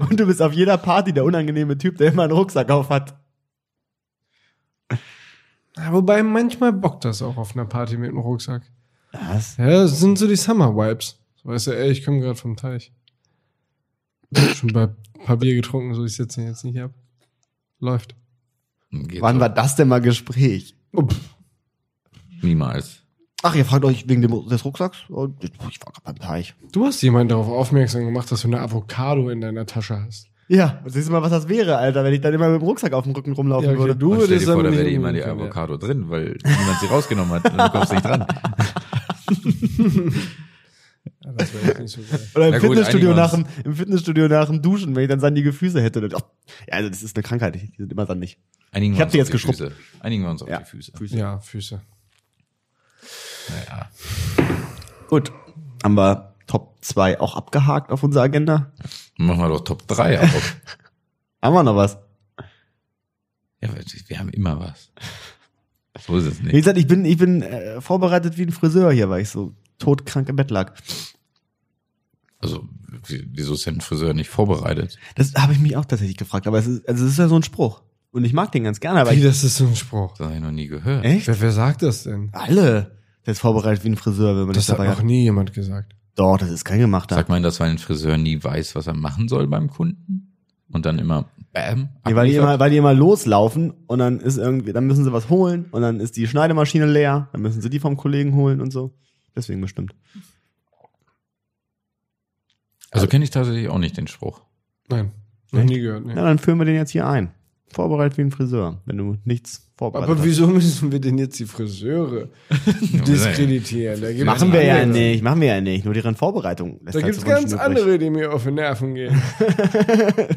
S2: Und du bist auf jeder Party der unangenehme Typ, der immer einen Rucksack auf hat.
S3: Ja, wobei manchmal bockt das auch auf einer Party mit einem Rucksack.
S2: Was?
S3: Ja, das sind so die Summer Vibes. So, Weißt du, ey, ich komme gerade vom Teich. Schon bei ein paar Bier getrunken, so ich setze ihn jetzt nicht ab. Läuft.
S1: Geht
S2: Wann
S1: so.
S2: war das denn mal Gespräch?
S3: Oh, pff.
S1: Niemals.
S2: Ach, ihr fragt euch wegen dem, des Rucksacks? Und ich war gerade beim Teich.
S3: Du hast jemanden darauf aufmerksam gemacht, dass du eine Avocado in deiner Tasche hast.
S2: Ja, und siehst du mal, was das wäre, Alter, wenn ich dann immer mit dem Rucksack auf dem Rücken rumlaufen
S3: Ja, okay,
S2: würde.
S3: du
S1: Und Also stell dir
S3: würdest
S1: vor,
S3: damit
S1: da
S3: nicht
S1: wäre immer die
S3: umgehen, ja.
S1: Avocado drin, weil niemand sie rausgenommen hat und du kommst nicht dran.
S3: Ja, das wäre jetzt nicht so geil.
S2: Oder im
S1: Ja gut,
S2: Fitnessstudio,
S1: einigen
S2: nach dem,
S1: uns.
S2: im Fitnessstudio nach dem Duschen, wenn ich dann sandige Füße hätte. Dann, oh, ja, also das ist eine Krankheit, die sind immer sandig.
S1: Einigen
S2: Ich
S1: wir
S2: hab
S1: uns
S2: sie
S1: auf
S2: jetzt
S1: die
S2: geschrubbt.
S1: Füße. Einigen wir uns auf
S2: Ja.
S1: die Füße.
S3: Ja, Füße.
S2: Gut, haben wir Top 2 auch abgehakt auf unserer Agenda?
S1: Machen wir doch Top 3 auf.
S2: Haben wir noch was?
S1: ja, wir, wir haben immer was. So ist es
S2: Wie
S1: nicht.
S2: gesagt, ich bin, ich bin äh, vorbereitet wie ein Friseur hier, weil ich so todkrank im Bett lag.
S1: Also, w- wieso ist denn ein Friseur nicht vorbereitet?
S2: Das habe ich mich auch tatsächlich gefragt, aber es ist, also es ist ja so ein Spruch. Und ich mag den ganz gerne, aber
S3: Wie,
S2: ich,
S3: das ist so ein Spruch.
S1: Das habe ich noch nie gehört.
S2: echt?
S3: Wer, wer sagt das denn?
S2: Alle. Der ist vorbereitet wie ein Friseur, wenn man
S3: Das
S2: das
S3: hat
S2: dabei
S3: noch
S2: hat.
S3: nie jemand gesagt.
S2: Doch, das ist kein gemachter.
S1: Sagt man das, weil ein Friseur nie weiß, was er machen soll beim Kunden? Und dann immer bam?
S2: Nee, weil, die
S1: abliefert?
S2: immer, weil die immer loslaufen und dann ist irgendwie, dann müssen sie was holen und dann ist die Schneidemaschine leer, dann müssen sie die vom Kollegen holen und so. Deswegen bestimmt.
S1: also kenne ich tatsächlich auch nicht den Spruch.
S3: Nein, noch
S2: Echt?
S3: nie gehört. Nee.
S2: Na, dann führen wir den jetzt hier ein. Vorbereitet wie ein Friseur, wenn du nichts vorbereitet
S3: Aber
S2: hast.
S3: wieso müssen wir denn jetzt die Friseure diskreditieren? Da gibt's
S2: Machen wir ja
S3: andere.
S2: nicht, machen wir ja nicht. Nur deren Vorbereitung lässt
S3: Da
S2: halt
S3: gibt's
S2: zu wünschen
S3: ganz
S2: übrig.
S3: andere, die mir auf die Nerven gehen.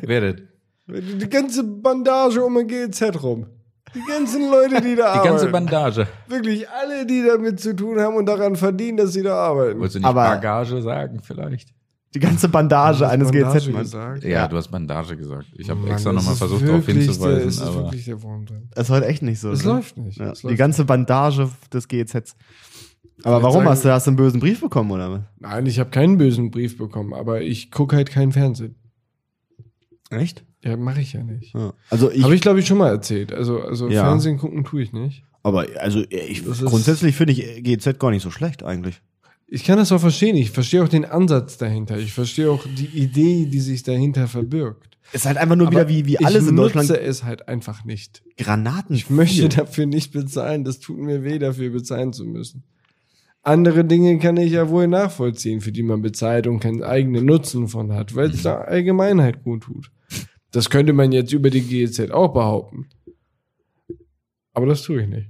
S1: Werdet.
S3: Die die ganze Bandage um ein GEZ rum. Die ganzen Leute, die da
S1: Die ganze
S3: arbeiten.
S1: Bandage.
S3: Wirklich alle, die damit zu tun haben und daran verdienen, dass sie da arbeiten.
S1: Wolltest du nicht
S2: Aber-
S1: Bagage sagen vielleicht?
S2: Die ganze Bandage eines GZ.
S3: halt-
S2: manns
S1: Ja, du hast Bandage gesagt. Ich habe
S3: Mann,
S1: extra
S3: das
S1: nochmal
S3: ist
S1: versucht, darauf
S3: wirklich Der,
S1: hinzuweisen.
S3: es ist
S1: Aber
S3: wirklich der Wurm drin.
S2: Das ist heute echt nicht so.
S3: Es
S2: ne?
S3: läuft nicht.
S2: Ja,
S3: es
S2: die
S3: läuft
S2: ganze Bandage des GEZs. Aber
S3: Vielleicht
S2: warum
S3: sagen-
S2: hast du, hast du einen bösen Brief bekommen oder was?
S3: nicht. Nein, ich habe keinen bösen Brief bekommen, aber ich gucke halt keinen Fernsehen.
S2: Echt?
S3: Ja, mache ich ja nicht.
S2: Ja. Also ich,
S3: Habe ich, glaube ich, schon mal erzählt. Also, also
S2: Ja.
S3: Fernsehen gucken tue ich nicht.
S2: aber also ich,
S3: Das ist-
S2: grundsätzlich finde ich GEZ gar nicht so schlecht eigentlich.
S3: Ich kann das auch verstehen. Ich verstehe auch den Ansatz dahinter. Ich verstehe auch die Idee, die sich dahinter verbirgt.
S2: Ist halt einfach nur
S3: Aber
S2: wieder wie, wie alles
S3: ich
S2: in
S3: nutze
S2: Deutschland
S3: es halt einfach nicht.
S2: Granaten.
S3: Ich möchte dafür nicht bezahlen. Das tut mir weh, dafür bezahlen zu müssen. Andere Dinge kann ich ja wohl nachvollziehen, für die man bezahlt und keinen eigenen Nutzen von hat, weil es der Allgemeinheit gut tut. Das könnte man jetzt über die GEZ auch behaupten. Aber das tue ich nicht.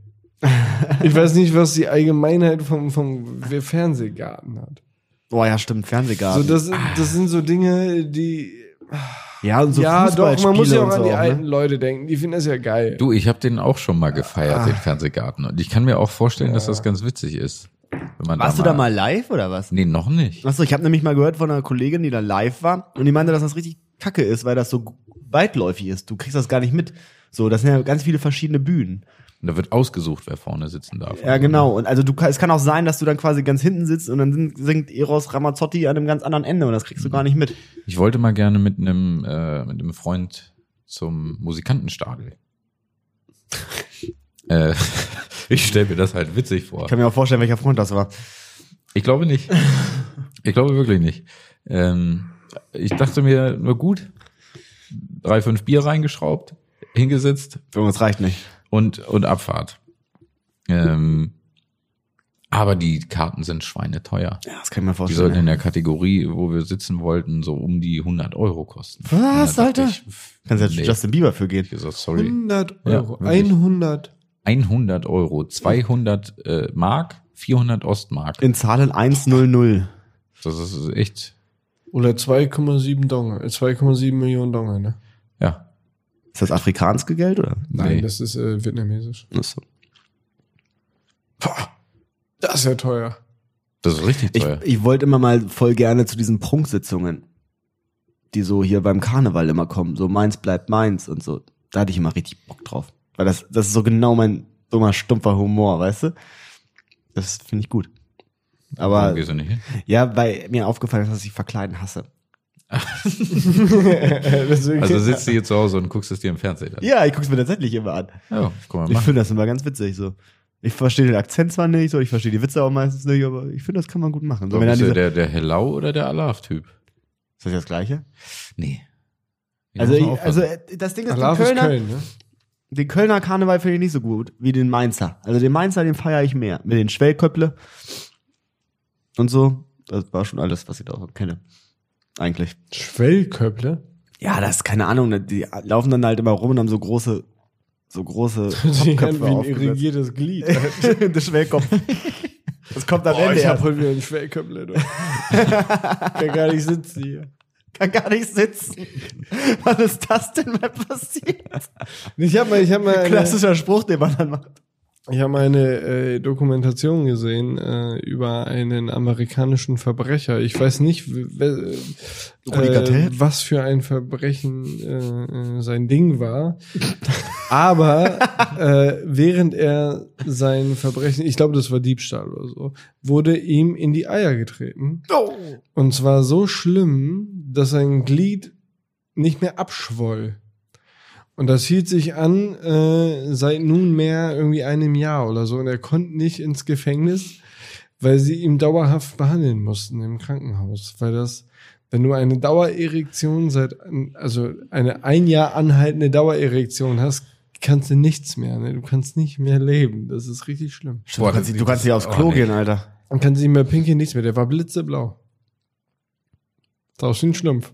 S3: Ich weiß nicht, was die Allgemeinheit vom, vom Fernsehgarten hat.
S2: Boah, ja, stimmt, Fernsehgarten.
S3: So, das, das sind so Dinge, die.
S2: ja, und so
S3: ja, doch, man muss
S2: Fußballspiele
S3: ja auch
S2: und
S3: an die
S2: so,
S3: alten
S2: ne?
S3: Leute denken. Die finden das ja geil.
S1: du, ich habe den auch schon mal gefeiert,
S2: Ah.
S1: den Fernsehgarten. Und ich kann mir auch vorstellen, dass das ganz witzig ist. Wenn man
S2: Warst du da mal live oder was?
S1: Nee, noch nicht.
S2: Achso, ich habe nämlich mal gehört von einer Kollegin, die da live war und die meinte, dass das richtig kacke ist, weil das so gu- weitläufig ist. Du kriegst das gar nicht mit. So, das sind ja ganz viele verschiedene Bühnen.
S1: Und da wird ausgesucht, wer vorne sitzen darf.
S2: Ja, genau. Und also du kann- es kann auch sein, dass du dann quasi ganz hinten sitzt und dann sin- singt Eros Ramazzotti an einem ganz anderen Ende und das kriegst du gar nicht mit.
S1: Ich wollte mal gerne mit einem, äh, mit einem Freund zum Musikantenstadel. äh, ich stelle mir das halt witzig vor.
S2: Ich kann mir auch vorstellen, welcher Freund das war.
S1: Ich glaube nicht. Ich glaube wirklich nicht. Ähm, ich dachte mir, nur gut, drei, fünf Bier reingeschraubt, hingesetzt
S2: Irgendwas reicht nicht.
S1: und, und Abfahrt. Ähm, aber die Karten sind schweineteuer.
S2: Ja, das kann ich mir
S1: Die sollten
S2: vorstellen.
S1: in der Kategorie, wo wir sitzen wollten, so um die 100 Euro kosten.
S2: Was,
S1: Und da dachte
S2: Alter? Hm.
S1: Ich, pff,
S2: Kannst ja
S1: nee.
S2: Justin Bieber für gehen.
S1: Ich gesagt, sorry.
S3: 100
S1: Ja,
S3: Euro.
S1: wirklich.
S3: 100.
S1: 100 Euro, 200 äh, Mark, 400 Ostmark.
S2: In Zahlen 100.
S1: Das ist echt,
S3: Oder 2,7 Donner. äh, 2,7 Millionen Donner, ne?
S1: ja.
S2: Ist das afrikanische Geld oder?
S3: Nein,
S1: Nee.
S3: das ist äh, vietnamesisch.
S2: Achso.
S3: Boah, das ist ja teuer.
S1: Das ist richtig
S2: Ich,
S1: teuer.
S2: ich wollte immer mal voll gerne zu diesen Prunksitzungen, die so hier beim Karneval immer kommen, so meins bleibt meins und so. Da hatte ich immer richtig Bock drauf. Weil das, das ist so genau mein dummer, stumpfer Humor, weißt du? Das finde ich gut.
S1: Warum
S2: Aber
S1: gehst du nicht hin?
S2: ja, weil mir aufgefallen ist, dass ich verkleiden hasse.
S3: Deswegen-
S1: Also sitzt du hier zu Hause und guckst es dir im Fernsehen an.
S2: Ja, ich guck's mir tatsächlich immer an.
S1: Ja, guck mal.
S2: Ich
S1: Machen.
S2: finde das immer ganz witzig so. Ich verstehe den Akzent zwar nicht, so ich verstehe die Witze auch meistens nicht, aber ich finde, das kann man gut machen. So,
S1: So,
S2: wenn dann
S1: bist du
S2: diese,
S1: der, der Hello oder der Alarv-Typ?
S2: ist das das Gleiche?
S1: Nee. Den
S2: also,
S1: muss man
S2: ich,
S1: aufpassen.
S2: also äh, das Ding ist, die
S3: Alarv ist
S2: Kölner,
S3: Köln, ne?
S2: den Kölner Karneval finde ich nicht so gut wie den Mainzer. Also den Mainzer, den feiere ich mehr. Mit den Schwellköpple und so. Das war schon alles, was ich da auch kenne. Eigentlich.
S3: Schwellköpple?
S2: Ja, das ist keine Ahnung. ne, Die laufen dann halt immer rum und haben so große, so große
S3: Die haben
S2: Kopfköpfe
S3: wie ein
S2: aufgesetzt.
S3: irrigiertes Glied.
S2: Der Schwellkopf. Das kommt am
S3: Boah,
S2: Ende
S3: ich hab
S2: erst.
S3: heute wieder einen Schwellköpple. du. Kann gar nicht sitzen hier.
S2: Kann gar nicht sitzen. Was ist das denn mal passiert?
S3: Ich habe mal, ich hab mal eine,
S2: Klassischer Spruch, den man dann macht.
S3: ich hab mal eine äh, Dokumentation gesehen äh, über einen amerikanischen Verbrecher. Ich weiß nicht, w- w-
S2: Rudi
S3: äh,
S2: Cartell?
S3: was für ein Verbrechen äh, äh, sein Ding war. Aber äh, während er sein Verbrechen, ich glaube, das war Diebstahl oder so, wurde ihm in die Eier getreten. Und zwar so schlimm, dass sein Glied nicht mehr abschwoll. Und das hielt sich an äh, seit nunmehr irgendwie einem Jahr oder so. Und er konnte nicht ins Gefängnis, weil sie ihn dauerhaft behandeln mussten im Krankenhaus. Weil das, wenn du eine Dauererektion seit, also eine ein Jahr anhaltende Dauererektion hast, kannst du nichts mehr. Ne? Du kannst nicht mehr leben. Das ist richtig schlimm.
S1: Boah,
S2: du kannst,
S1: das-
S2: du kannst nicht aufs
S1: oh,
S2: Klo
S1: nee.
S2: gehen, Alter.
S3: Und kannst nicht mehr pinkeln, nichts mehr. Der war blitzeblau. Tausch den Schlumpf.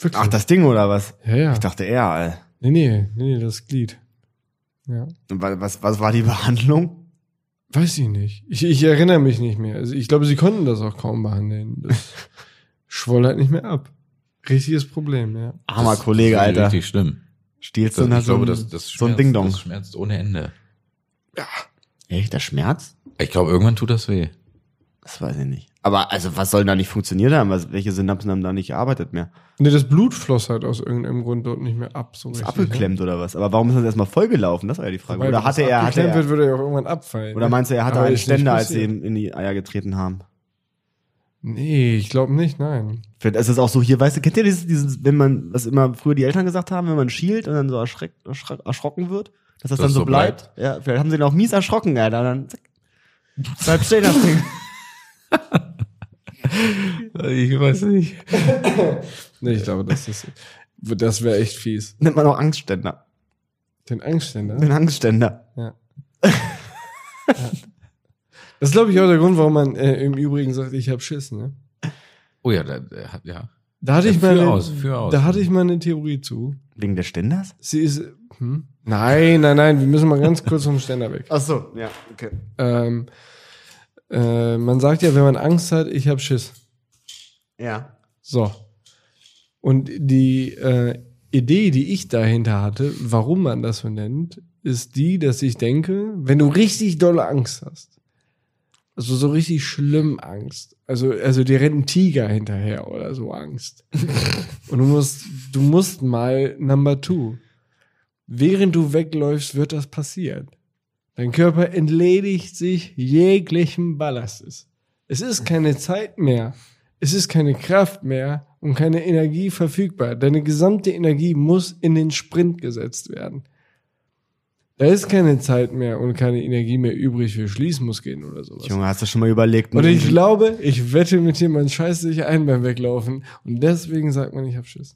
S3: Wirklich.
S2: Ach, das Ding oder was?
S3: Ja, ja.
S2: Ich dachte er, ey.
S3: Nee, nee, nee, nee, das Glied. Ja.
S2: Und wa- Was, was war die Behandlung?
S3: Weiß ich nicht. Ich, ich erinnere mich nicht mehr. Also ich glaube, sie konnten das auch kaum behandeln. Das schwoll halt nicht mehr ab. Richtiges Problem, ja.
S2: Armer
S1: Das-
S2: Kollege,
S1: das ist
S2: Alter.
S1: Richtig schlimm.
S2: Stiehlst
S1: Das,
S2: du
S1: ich
S2: nach so,
S1: glaube,
S2: einem-
S1: das, das,
S2: so ein
S1: schmerzt-
S2: Ding Dong?
S1: das schmerzt ohne Ende.
S2: Echt, der Schmerz?
S1: Ich glaube, irgendwann tut das weh.
S2: Das weiß ich nicht. Aber also, was soll denn da nicht funktioniert haben? Was, welche Synapsen haben da nicht gearbeitet mehr?
S3: Nee, das Blut floss halt aus irgendeinem Grund dort nicht mehr ab. So
S2: Ist
S3: richtig,
S2: abgeklemmt oder was? Aber warum ist das erstmal vollgelaufen? Das war ja die
S3: Ne?
S2: Frage.
S3: Weil
S2: Oder
S3: wenn das
S2: hatte er, hatte
S3: abgeklemmt Wird,
S2: er,
S3: würde er auch irgendwann abfallen.
S2: oder
S3: ne?
S2: meinst du, er hatte
S3: Aber
S2: einen
S3: ist nicht
S2: Ständer, als sie
S3: passiert.
S2: ihm in die Eier getreten haben?
S3: Nee, ich glaube nicht, nein.
S2: Vielleicht ist es auch so hier, weißt du, kennt ihr dieses, dieses, wenn man, was immer früher die Eltern gesagt haben, wenn man schielt und dann so erschreckt, erschre- erschrocken wird, dass das dann
S1: es
S2: so
S1: so
S2: bleibt? Ja, vielleicht haben sie ihn auch mies erschrocken, Alter. Und dann zack, bleibt stehen das Ding.
S1: Ich weiß nicht.
S3: Nee, ich glaube, das ist. Das wäre echt fies.
S2: Nennt man auch Angstständer.
S3: Den Angstständer.
S2: Den Angstständer.
S3: Ja. Das ist, glaube ich, auch der Grund, warum man äh, im Übrigen sagt, ich hab Schiss, ne?
S1: Oh ja, da, da, hat- ja.
S3: Da hatte
S1: Ja,
S3: ich
S1: führ
S3: meine,
S1: aus, führ aus.
S3: da hatte ich mal eine Theorie zu.
S2: Wegen des Ständers?
S3: Sie ist, hm? Nein, nein, nein, wir müssen mal ganz kurz vom Ständer weg.
S2: Ach so, ja, okay.
S3: Ähm, äh, man sagt ja, wenn man Angst hat, ich hab Schiss.
S2: Ja.
S3: So. Und die äh, Idee, die ich dahinter hatte, warum man das so nennt, ist die, dass ich denke, wenn du richtig dolle Angst hast, also so richtig schlimm Angst, also, also dir rennt ein Tiger hinterher oder so Angst. Und du musst, du musst mal Number Two. Während du wegläufst, wird das passieren. Dein Körper entledigt sich jeglichen Ballastes. Es ist keine Zeit mehr. Es ist keine Kraft mehr und keine Energie verfügbar. Deine gesamte Energie muss in den Sprint gesetzt werden. Da ist keine Zeit mehr und keine Energie mehr übrig für Schließmuskeln oder sowas.
S2: Junge, hast du schon mal überlegt?
S3: Und
S2: mit-
S1: Mhm.
S3: ich glaube, ich wette mit dir, man scheißt sich ein beim Weglaufen. Und deswegen sagt man, ich hab Schiss.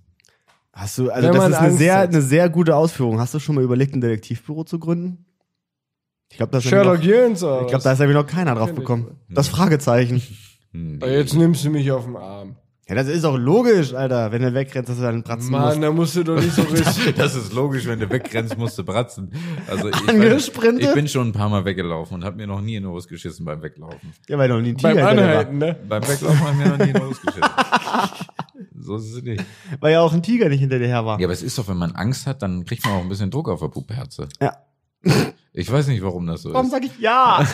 S2: Hast du, also
S3: Wenn
S2: das
S3: man
S2: ist eine
S3: Angst
S2: sehr,
S3: hat.
S2: eine sehr gute Ausführung. Hast du schon mal überlegt, ein Detektivbüro zu gründen? Ich glaube, das
S3: Sherlock
S2: noch,
S3: Jones oder
S2: ich glaube,
S3: was?
S2: da ist nämlich noch keiner drauf
S3: Kenn ich.
S2: bekommen. Das Fragezeichen.
S1: Hm. Oh
S3: Aber Jetzt nimmst du mich auf den Arm.
S2: Ja, das ist auch logisch, Alter. Wenn du wegrennst, dass du dann pratzen
S3: Mann,
S2: musst.
S3: da musst du doch nicht so richtig.
S1: Das ist logisch, wenn du wegrennst, musst du bratzen. Also ich,
S2: Angesprinte?
S1: ich bin schon ein paar Mal weggelaufen und habe mir noch nie in die Hose geschissen beim Weglaufen.
S2: Ja, weil noch nie ein Tiger
S3: Beim
S2: hinter dir
S3: Anhalten, ne?
S1: Beim Weglaufen habe ich mir noch nie in die Hose geschissen. So ist es nicht.
S2: war. Weil ja auch ein Tiger nicht hinter dir her war.
S1: Ja, aber es ist doch, wenn man Angst hat, dann kriegt man auch ein bisschen Druck auf der Puperze.
S2: Ja.
S1: Ich weiß nicht, warum das so
S2: Warum
S1: ist.
S2: sag ich ja?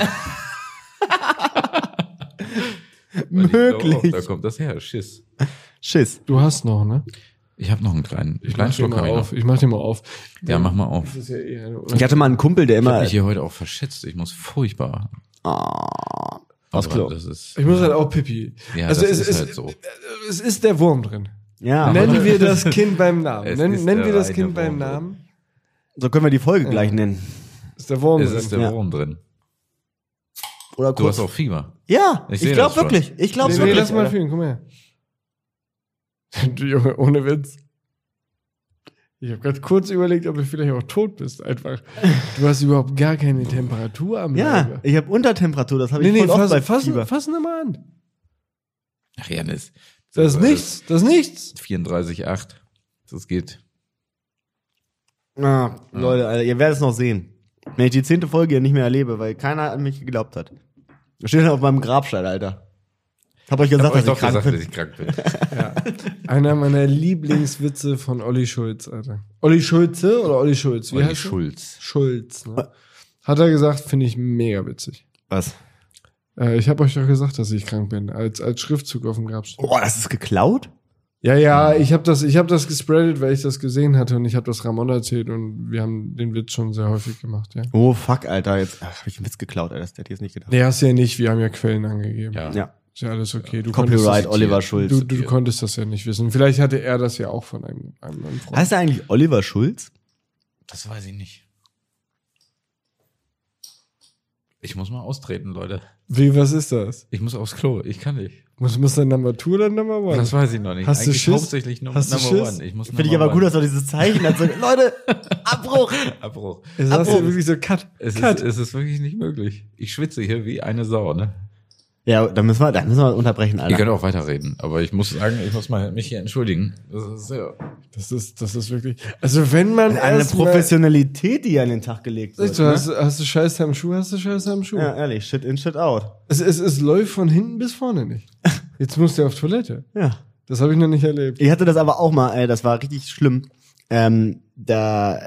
S1: Weil ich glaube auch,
S2: Möglich.
S1: Da kommt das her, Schiss.
S2: Schiss.
S3: Du hast noch, ne?
S1: Ich habe noch einen kleinen,
S3: Ich
S1: kleinen
S3: mach dir
S1: Schluck hab
S3: mal
S1: ich
S3: auf.
S1: noch.
S3: Ich mach dir mal auf.
S1: Ja, mach mal auf.
S3: Das ist ja eh eine,
S2: Ich hatte mal einen Kumpel, der
S1: Ich habe
S2: immer.
S1: mich hier heute auch verschätzt. Ich muss furchtbar.
S2: Ah, aufs
S1: Aber
S2: Klo.
S1: Das ist,
S3: Ich muss halt auch Pipi.
S1: Ja,
S3: also
S1: das
S3: es
S1: ist
S3: ist,
S1: halt so.
S3: es ist der Wurm drin.
S2: Ja, aber
S3: Nennen wir das Kind beim Namen.
S1: Es
S3: Nennen,
S1: ist
S3: nennen wir
S1: der
S3: das
S1: reine
S3: Kind beim
S1: Wurm drin.
S3: Namen.
S2: so können wir die Folge gleich nennen.
S3: Ist der Wurm.
S1: Es
S3: drin.
S1: ist der
S2: Ja.
S1: Wurm drin.
S2: Oder
S1: Du hast
S2: kurz.
S1: auch Fieber.
S2: Ja,
S1: Ich
S2: ich,
S1: seh das
S2: glaube
S1: schon.
S2: wirklich. Ich glaube
S3: Nee, nee,
S2: wirklich.
S3: lass mal
S2: Alter.
S3: fühlen, komm her. Du Junge, ohne Witz. Ich habe gerade kurz überlegt, ob du vielleicht auch tot bist, einfach. Du hast überhaupt gar keine Temperatur am
S2: ja,
S3: Leibe.
S2: ich habe Untertemperatur, das habe
S3: Nee,
S2: ich
S3: nee,
S2: voll oft
S3: fass,
S2: bei
S3: fassen,
S2: Fieber.
S3: fassen wir mal an.
S1: Ach Janis.
S3: Das ist nichts, das ist nichts.
S1: 34,8. Das geht.
S2: Ah, Leute, Alter, ihr werdet es noch sehen. Wenn ich die zehnte Folge hier nicht mehr erlebe, weil keiner an mich geglaubt hat. Das steht auf meinem Grabstein, Alter. Hab euch gesagt,
S1: Hab euch
S2: dass ich
S1: doch
S2: krank
S1: gesagt,
S2: bin.
S1: dass ich krank bin.
S3: Einer meiner Lieblingswitze von Olli Schulz, Alter. Olli Schulze oder Olli Schulz? Wie
S1: Olli
S3: heißt er?
S1: Schulz.
S3: Schulz, ne? Hat er gesagt, finde ich mega witzig.
S2: Was?
S3: Äh, ich habe euch doch gesagt, dass ich krank bin, als, als Schriftzug auf dem Grabstein.
S2: Boah, Oh, das ist geklaut?
S3: Ja, ja, ich habe das, ich hab das gespreadet, weil ich das gesehen hatte und ich habe das Ramon erzählt und wir haben den Witz schon sehr häufig gemacht, ja.
S2: Oh, fuck, Alter. Jetzt ach, hab ich einen Witz geklaut, Alter. Das hätte ich jetzt nicht gedacht.
S3: Nee, hast du ja nicht, wir haben ja Quellen angegeben.
S1: Ja.
S2: Ja.
S3: Ist ja alles okay. Du
S2: Copyright
S3: konntest
S2: Oliver Schulz.
S3: das, du, du konntest das ja nicht wissen. Vielleicht hatte er das ja auch von einem, einem anderen Freund.
S2: heißt er eigentlich Oliver Schulz?
S1: Das weiß ich nicht. Ich muss mal austreten, Leute.
S3: Wie, was ist das?
S1: Ich muss aufs Klo. Ich kann nicht.
S3: Was muss denn Number 2 oder Number 1?
S1: Das weiß ich noch nicht.
S3: Hast du
S1: Eigentlich
S3: Schiss?
S1: hauptsächlich nur
S3: Hast du
S1: Number
S3: Schiss?
S1: One. Ich muss
S2: Finde ich aber gut, dass er dieses Zeichen hat. So, Leute, Abbruch!
S1: Abbruch.
S3: Es ist ja wirklich so Cut.
S1: Es ist, äh,
S3: Cut.
S1: es ist wirklich nicht möglich. Ich schwitze hier wie eine Sau, ne?
S2: Ja, da müssen wir, da müssen wir unterbrechen,
S1: Ihr
S2: Alter.
S1: könnt auch weiterreden, aber ich muss sagen, ich muss mal mich hier entschuldigen. Das ist ja.
S3: das ist, das ist wirklich. Also wenn man
S2: Eine
S3: erst mal-
S2: Professionalität, die an den Tag gelegt wird.
S3: Du hast,
S2: ne?
S3: hast du Scheiße am Schuh, hast du Scheiße am Schuh.
S2: Ja, ehrlich, shit in, shit out.
S3: Es, es, es läuft von hinten bis vorne nicht. Jetzt musst du auf Toilette.
S2: Ja.
S3: Das habe ich noch nicht erlebt.
S2: Ich hatte das aber auch mal, ey, das war richtig schlimm. Ähm, da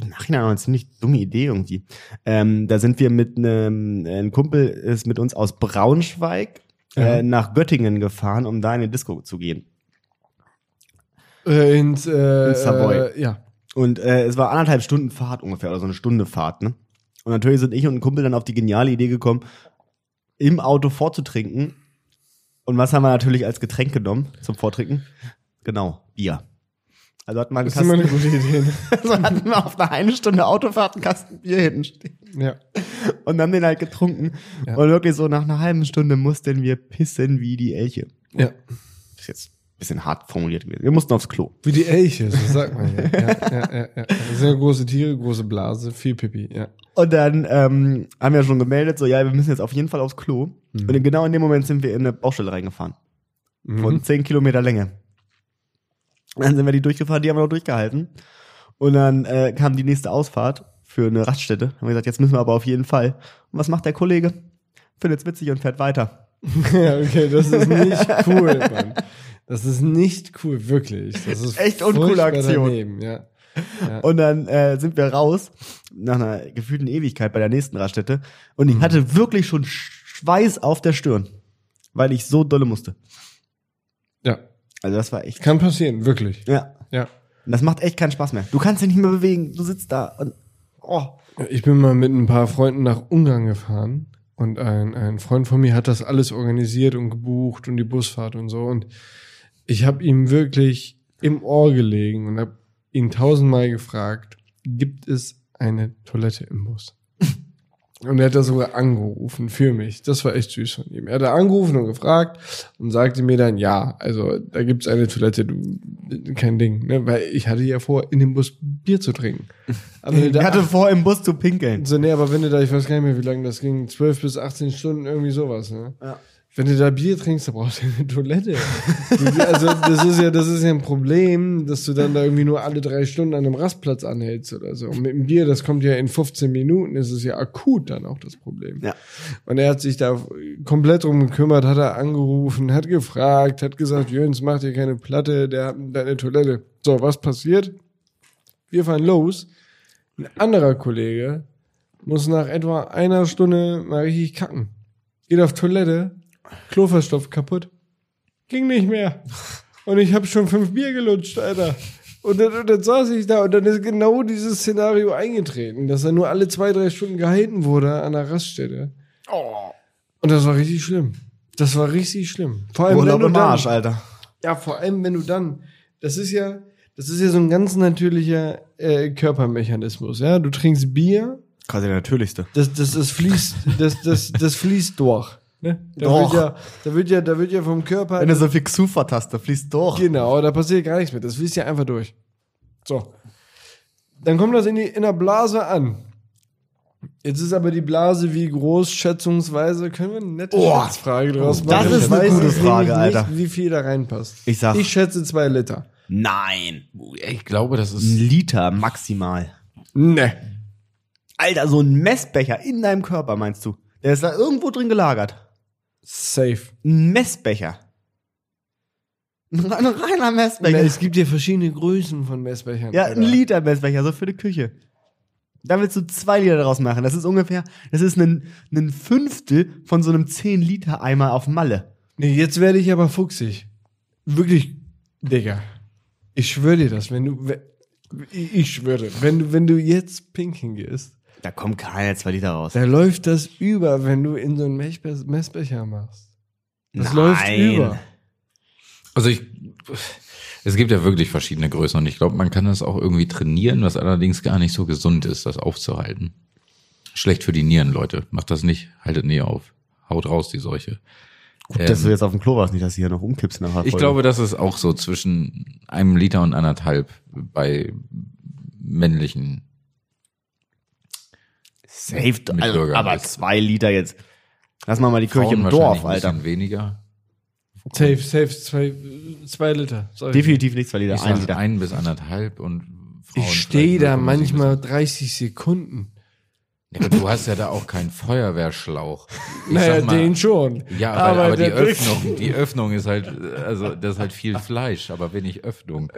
S2: im Nachhinein noch eine ziemlich dumme Idee irgendwie. Ähm, da sind wir mit einem, ein Kumpel ist mit uns aus Braunschweig
S3: Ja.
S2: äh, nach Göttingen gefahren, um da in eine Disco zu gehen.
S3: Äh, ins, äh,
S2: Ins Savoy.
S3: Äh, ja.
S2: Und äh, es war anderthalb Stunden Fahrt ungefähr, oder so eine Stunde Fahrt, ne? Und natürlich sind ich und ein Kumpel dann auf die geniale Idee gekommen, im Auto vorzutrinken. Und was haben wir natürlich als Getränk genommen zum Vortrinken? Genau, Bier. Also hat man
S3: Das ist immer eine gute Idee. Ne?
S2: Also hatten wir auf einer eine Stunde Autofahrt einen Kasten Bier hinten stehen
S3: Ja.
S2: und haben den halt getrunken. Und wirklich so nach einer halben Stunde mussten wir pissen wie die Elche.
S3: ja.
S2: Das ist jetzt ein bisschen hart formuliert gewesen. Wir mussten aufs Klo.
S3: Wie die Elche, so sagt man ja. ja, ja, ja, ja. Sehr große Tiere, große Blase, viel Pipi. Ja.
S2: Und dann ähm, haben wir schon gemeldet, so ja, wir müssen jetzt auf jeden Fall aufs Klo. Und in- genau in dem Moment sind wir in eine Baustelle reingefahren.
S3: Mhm.
S2: Von 10 Kilometer Länge. Dann sind wir die durchgefahren, die haben wir noch durchgehalten. Und dann äh, kam die nächste Ausfahrt für eine Raststätte. Haben wir gesagt, jetzt müssen wir aber auf jeden Fall. Und was macht der Kollege? Findet's witzig und fährt weiter.
S3: ja, okay, das ist nicht cool, Mann. Das ist nicht cool, wirklich. Das ist
S2: Echt uncoole
S3: furchtbar
S2: Aktion.
S3: Daneben, ja.
S2: Und dann äh, sind wir raus, nach einer gefühlten Ewigkeit bei der nächsten Raststätte. Und ich
S3: Mhm.
S2: hatte wirklich schon Schweiß auf der Stirn, weil ich so dolle musste.
S3: ja.
S2: Also das war echt.
S3: Kann passieren, wirklich.
S2: Ja.
S3: Ja.
S2: Und das macht echt keinen Spaß mehr. Du kannst dich nicht mehr bewegen. Du sitzt da und. Oh.
S3: Ich bin mal mit ein paar Freunden nach Ungarn gefahren und ein, ein Freund von mir hat das alles organisiert und gebucht und die Busfahrt und so. Und ich habe ihm wirklich im Ohr gelegen und habe ihn tausendmal gefragt, gibt es eine Toilette im Bus? Und er hat da sogar angerufen für mich. Das war echt süß von ihm. Er hat da angerufen und gefragt und sagte mir dann, ja, also da gibt's eine Toilette, du, kein Ding. Ne? Weil ich hatte ja vor, in dem Bus Bier zu trinken. Aber
S2: Ich
S3: Äh, da-
S2: hatte vor, im Bus zu pinkeln.
S3: so, nee, aber wenn du da, ich weiß gar nicht mehr, wie lange das ging, 12 bis 18 Stunden, irgendwie sowas, ne? Wenn du da Bier trinkst, dann brauchst du eine Toilette. Du- also, das ist ja, das ist ja ein Problem, dass du dann da irgendwie nur alle drei Stunden an einem Rastplatz anhältst oder so. Und mit dem Bier, das kommt ja in 15 Minuten, ist es ja akut dann auch das Problem.
S2: Ja.
S3: Und er hat sich da komplett drum gekümmert, hat er angerufen, hat gefragt, hat gesagt, Jöns, mach dir keine Platte, der hat deine Toilette. So, was passiert? Wir fahren los. Ein anderer Kollege muss nach etwa einer Stunde mal richtig kacken. Geht auf Toilette, Kloverstoff kaputt. Ging nicht mehr. Und ich habe schon fünf Bier gelutscht, Alter. Und dann, und dann saß ich da und dann ist genau dieses Szenario eingetreten, dass er nur alle zwei, drei Stunden gehalten wurde an der Raststätte.
S2: Oh.
S3: Und das war richtig schlimm. Das war richtig schlimm. Vor allem,
S2: Urlaub
S3: wenn du
S2: im
S3: dann,
S2: Arsch, Alter.
S3: Ja, vor allem, wenn du dann, das ist ja, das ist ja so ein ganz natürlicher äh, Körpermechanismus, ja. Du trinkst Bier,
S2: Quasi der natürlichste.
S3: das, das, das fließt, das, das, das fließt durch. Ne? Da
S2: Doch.
S3: Wird ja, da wird ja, da wird ja vom Körper.
S2: Wenn du so viel Xufer hast, da fließt durch.
S3: Genau, da passiert gar nichts mehr. Das fließt ja einfach durch. So. Dann kommt das in, die, in der Blase an. Jetzt ist aber die Blase wie groß, schätzungsweise. Können wir eine nette
S2: Oh,
S3: Schätzfrage draus
S2: das
S3: machen?
S2: ist
S3: Ich
S2: eine
S3: weiß
S2: gute
S3: es
S2: Frage,
S3: nämlich
S2: Alter.
S3: Nicht, wie viel da reinpasst.
S2: Ich sag-
S3: Ich schätze zwei Liter.
S2: Nein.
S1: Ich glaube, das
S2: Ein
S1: ist.
S2: Liter maximal.
S3: Ne.
S2: Alter, so ein Messbecher in deinem Körper, meinst du? Der ist da irgendwo drin gelagert.
S3: Safe.
S2: Ein Messbecher. Ein reiner Messbecher.
S3: Ne, es gibt ja verschiedene Größen von Messbechern.
S2: ja,
S3: Alter.
S2: ein Liter Messbecher, so für die Küche. Da willst du zwei Liter daraus machen. Das ist ungefähr, das ist ein, ein Fünftel von so einem 10-Liter-Eimer auf Malle.
S3: Nee, jetzt werde ich aber fuchsig. Wirklich, Digga. Ich schwöre dir das, wenn du. Wenn, ich ich schwöre, wenn du, wenn du jetzt pinken gehst,
S2: Da kommen keine zwei Liter raus.
S3: Da läuft das über, wenn du in so einen Messbe Messbecher machst. Das
S2: Nein.
S3: läuft über.
S1: Also ich. Es gibt ja wirklich verschiedene Größen und ich glaube, man kann das auch irgendwie trainieren, was allerdings gar nicht so gesund ist, das aufzuhalten. Schlecht für die Nieren, Leute. Macht das nicht. Haltet nie auf. Haut raus, die Seuche.
S2: Gut,
S1: Ähm,
S2: dass du jetzt auf dem Klo warst, nicht, dass du hier noch umkippst nachher.
S1: Ich glaube, das ist auch so zwischen einem Liter und anderthalb bei männlichen.
S2: safe,
S1: mit
S2: also,
S1: Bürger
S2: aber
S1: heißt.
S2: zwei Liter jetzt. Lass mal mal die Kirche
S1: Frauen
S2: im
S1: wahrscheinlich
S2: Dorf,
S1: ein bisschen
S2: Alter.
S1: weniger.
S3: Safe, safe, zwei, zwei Liter. Sorry.
S2: Definitiv nicht zwei Liter,
S1: Ich
S2: ein
S1: sag
S2: Liter.
S1: ein bis anderthalb und Frauen
S3: Ich stehe da
S1: vielleicht 0,7.
S3: manchmal 30 Sekunden.
S1: Ja, aber du hast ja da auch keinen Feuerwehrschlauch. Ich
S3: Naja,
S1: sag mal,
S3: den schon.
S1: Ja, aber, aber, die
S3: der drückt-
S1: Öffnung, die Öffnung ist halt, äh, also das ist halt viel Fleisch, aber wenig Öffnung.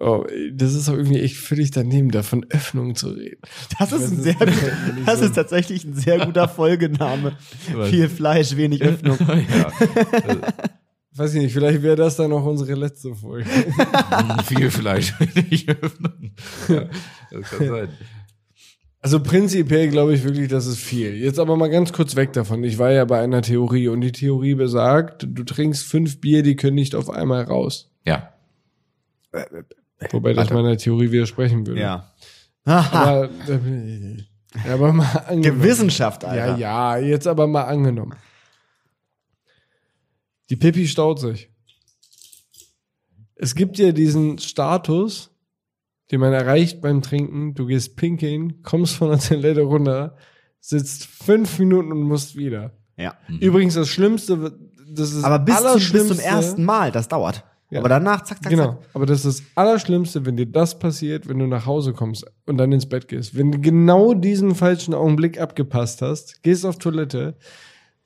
S3: Oh, das ist doch irgendwie echt völlig daneben, davon Öffnung zu reden.
S2: Das ist ein sehr
S3: Das ist-
S2: guter, das ist tatsächlich ein sehr guter Folgename. Viel Fleisch, wenig Öffnung.
S1: Ja,
S3: Weiß ich nicht, vielleicht wäre das dann auch unsere letzte Folge.
S1: Hm, viel Fleisch, wenig Öffnung. Ja, das kann sein.
S3: Also prinzipiell glaube ich wirklich, das ist viel. Jetzt aber mal ganz kurz weg davon. Ich war ja bei einer Theorie und die Theorie besagt, du trinkst fünf Bier, die können nicht auf einmal raus.
S1: Ja,
S3: Wobei das meiner Theorie widersprechen würde.
S2: Ja.
S3: Aber, äh, aber mal angenommen.
S2: Gewissenschaft, Alter.
S3: Ja, ja, jetzt aber mal angenommen. Die Pippi staut sich. Es gibt ja diesen Status, den man erreicht beim Trinken. Du gehst pinkeln, kommst von der Toilette runter, sitzt fünf Minuten und musst wieder.
S2: ja.
S3: Übrigens das Schlimmste, das ist
S2: Mhm. Aber bis zum, bis zum
S3: Allerschlimmste-
S2: ersten Mal, das dauert.
S3: Ja.
S2: Aber danach, zack, zack,
S3: Genau,
S2: zack.
S3: aber das ist das Allerschlimmste, wenn dir das passiert, wenn du nach Hause kommst und dann ins Bett gehst. Wenn du genau diesen falschen Augenblick abgepasst hast, gehst auf Toilette,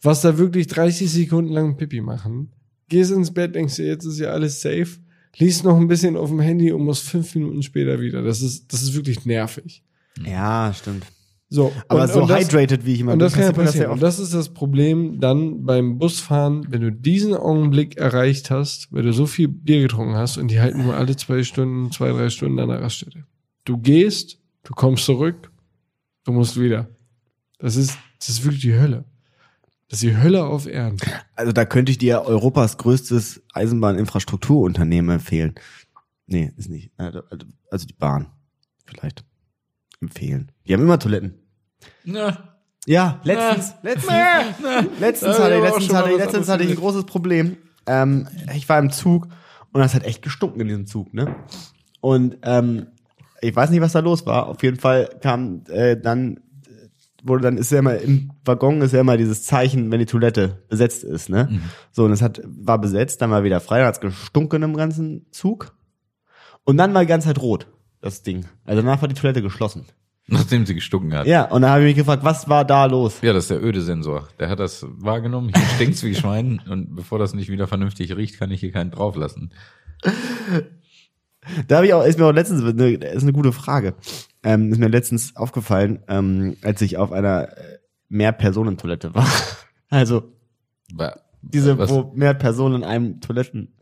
S3: was da wirklich 30 Sekunden lang Pipi machen, gehst ins Bett, denkst dir, jetzt ist ja alles safe, liest noch ein bisschen auf dem Handy und musst fünf Minuten später wieder. Das ist, das ist wirklich nervig.
S2: Ja, stimmt.
S3: So,
S2: Aber
S3: und,
S2: so
S3: und das-
S2: hydrated, wie ich immer
S3: und
S2: bin,
S3: das kann ja
S2: passiert mir
S3: passieren.
S2: oft.
S3: und das ist das Problem dann beim Busfahren, wenn du diesen Augenblick erreicht hast, weil du so viel Bier getrunken hast und die halten nur alle zwei Stunden, zwei, drei Stunden an der Raststätte. Du gehst, du kommst zurück, du musst wieder. Das ist, das ist wirklich die Hölle. Das ist die Hölle auf Erden.
S2: Also da könnte ich dir Europas größtes Eisenbahninfrastrukturunternehmen empfehlen. Nee, ist nicht. Also also die Bahn. Vielleicht. Empfehlen. Die haben immer Toiletten.
S1: Na,
S2: Ja,
S1: Äh.
S2: letztens, äh, letztens, letztens hatte ich,
S1: aber auch
S2: letztens
S1: schon mal
S2: hatte ich,
S1: was
S2: letztens hatte ich ein
S1: anderes
S2: großes Problem. Ähm, ich war im Zug und das hat echt gestunken in diesem Zug, ne? Und ähm, ich weiß nicht, was da los war. Auf jeden Fall kam äh, dann äh, wurde dann ist ja immer im Waggon ist ja immer dieses Zeichen, wenn die Toilette besetzt ist, ne?
S1: Mhm.
S2: So und es hat war besetzt, dann war wieder frei, dann hat's gestunken im ganzen Zug und dann war die ganze Zeit rot das Ding. Also danach war die Toilette geschlossen.
S1: nachdem sie gestunken hat.
S2: Ja, und dann habe ich mich gefragt, was war da los?
S1: Ja, das ist der öde Sensor. Der hat das wahrgenommen. Hier stinkt's wie Schwein. Und bevor das nicht wieder vernünftig riecht, kann ich hier keinen drauflassen.
S2: Da habe ich auch, ist mir auch letztens, ne, ist eine gute Frage, ähm, ist mir letztens aufgefallen, ähm, als ich auf einer äh, Mehrpersonentoilette war. Also
S1: Ba-
S2: diese,
S1: was-
S2: wo mehr Personen in einem Toiletten,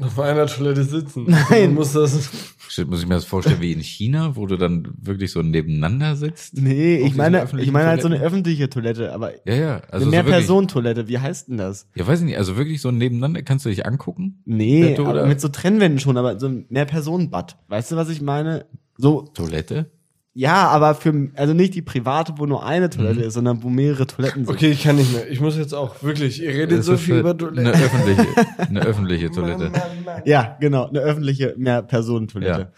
S3: auf einer Toilette sitzen. Nein. Man muss das.
S1: Shit, muss ich mir das vorstellen wie in China, wo du dann wirklich so nebeneinander sitzt?
S2: Nee,
S1: Auf
S2: ich
S1: diesen
S2: meine, ich
S1: öffentlichen
S2: meine halt so eine
S1: Toiletten?
S2: öffentliche Toilette, aber
S1: Ja, ja. Also
S2: also eine
S1: so wirklich,
S2: Mehr-Personen-Toilette, wie heißt denn das?
S1: Ja, weiß ich nicht. Also wirklich so nebeneinander kannst du dich angucken?
S2: Nee,
S1: Toilette
S2: aber
S1: oder-
S2: mit so Trennwänden schon, aber so ein Mehr-Personen-Bad. Weißt du, was ich meine? So,
S1: Toilette?
S2: ja, aber für, also nicht die private, wo nur eine
S1: Mhm.
S2: Toilette ist, sondern wo mehrere Toiletten sind.
S3: Okay, ich kann nicht mehr. Ich muss jetzt auch wirklich. Ihr redet
S1: Das
S3: so
S1: ist
S3: viel
S1: eine-
S3: über Toiletten.
S1: Eine öffentliche, eine öffentliche Toilette.
S2: Ja, genau, eine öffentliche Mehr-Personen-Toilette.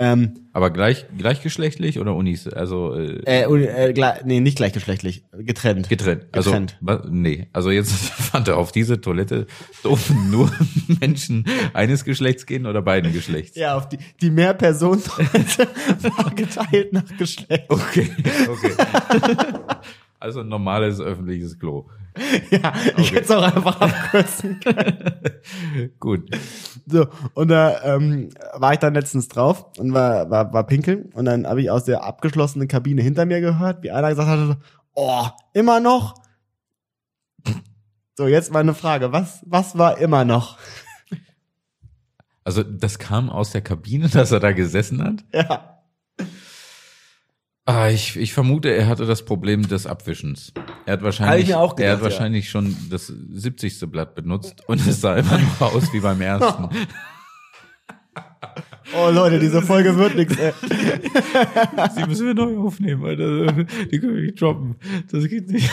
S2: Ähm,
S1: Aber gleich, gleichgeschlechtlich oder Unis? Also äh,
S2: äh, und, äh, gla- nee, nicht gleichgeschlechtlich, getrennt.
S1: getrennt. Also
S2: Äh, getrennt.
S1: wa- nee, also jetzt fand er auf diese Toilette dürfen nur Menschen eines Geschlechts gehen oder beiden Geschlechts.
S2: Ja, auf die, die Mehr-Personen-Toilette war geteilt nach Geschlecht.
S1: Okay, okay. also ein normales öffentliches Klo.
S2: Ja, ich hätte es auch einfach abkürzen können.
S1: Gut.
S2: So, und da ähm, war ich dann letztens drauf und war, war, war pinkeln. Und dann habe ich aus der abgeschlossenen Kabine hinter mir gehört, wie einer gesagt hatte, oh, immer noch? So, jetzt meine Frage, was, was war immer noch?
S1: Also das kam aus der Kabine, dass er da gesessen hat.
S2: Ja.
S1: Ah, ich, ich vermute, er hatte das Problem des Abwischens. Er hat wahrscheinlich,
S2: mir auch
S1: er
S2: gedacht,
S1: hat wahrscheinlich schon das 70. Blatt benutzt und es sah immer noch aus wie beim ersten.
S2: Oh Leute, diese Folge wird nichts.
S1: Die müssen wir neu aufnehmen, Alter. Die können wir nicht droppen. Das geht nicht.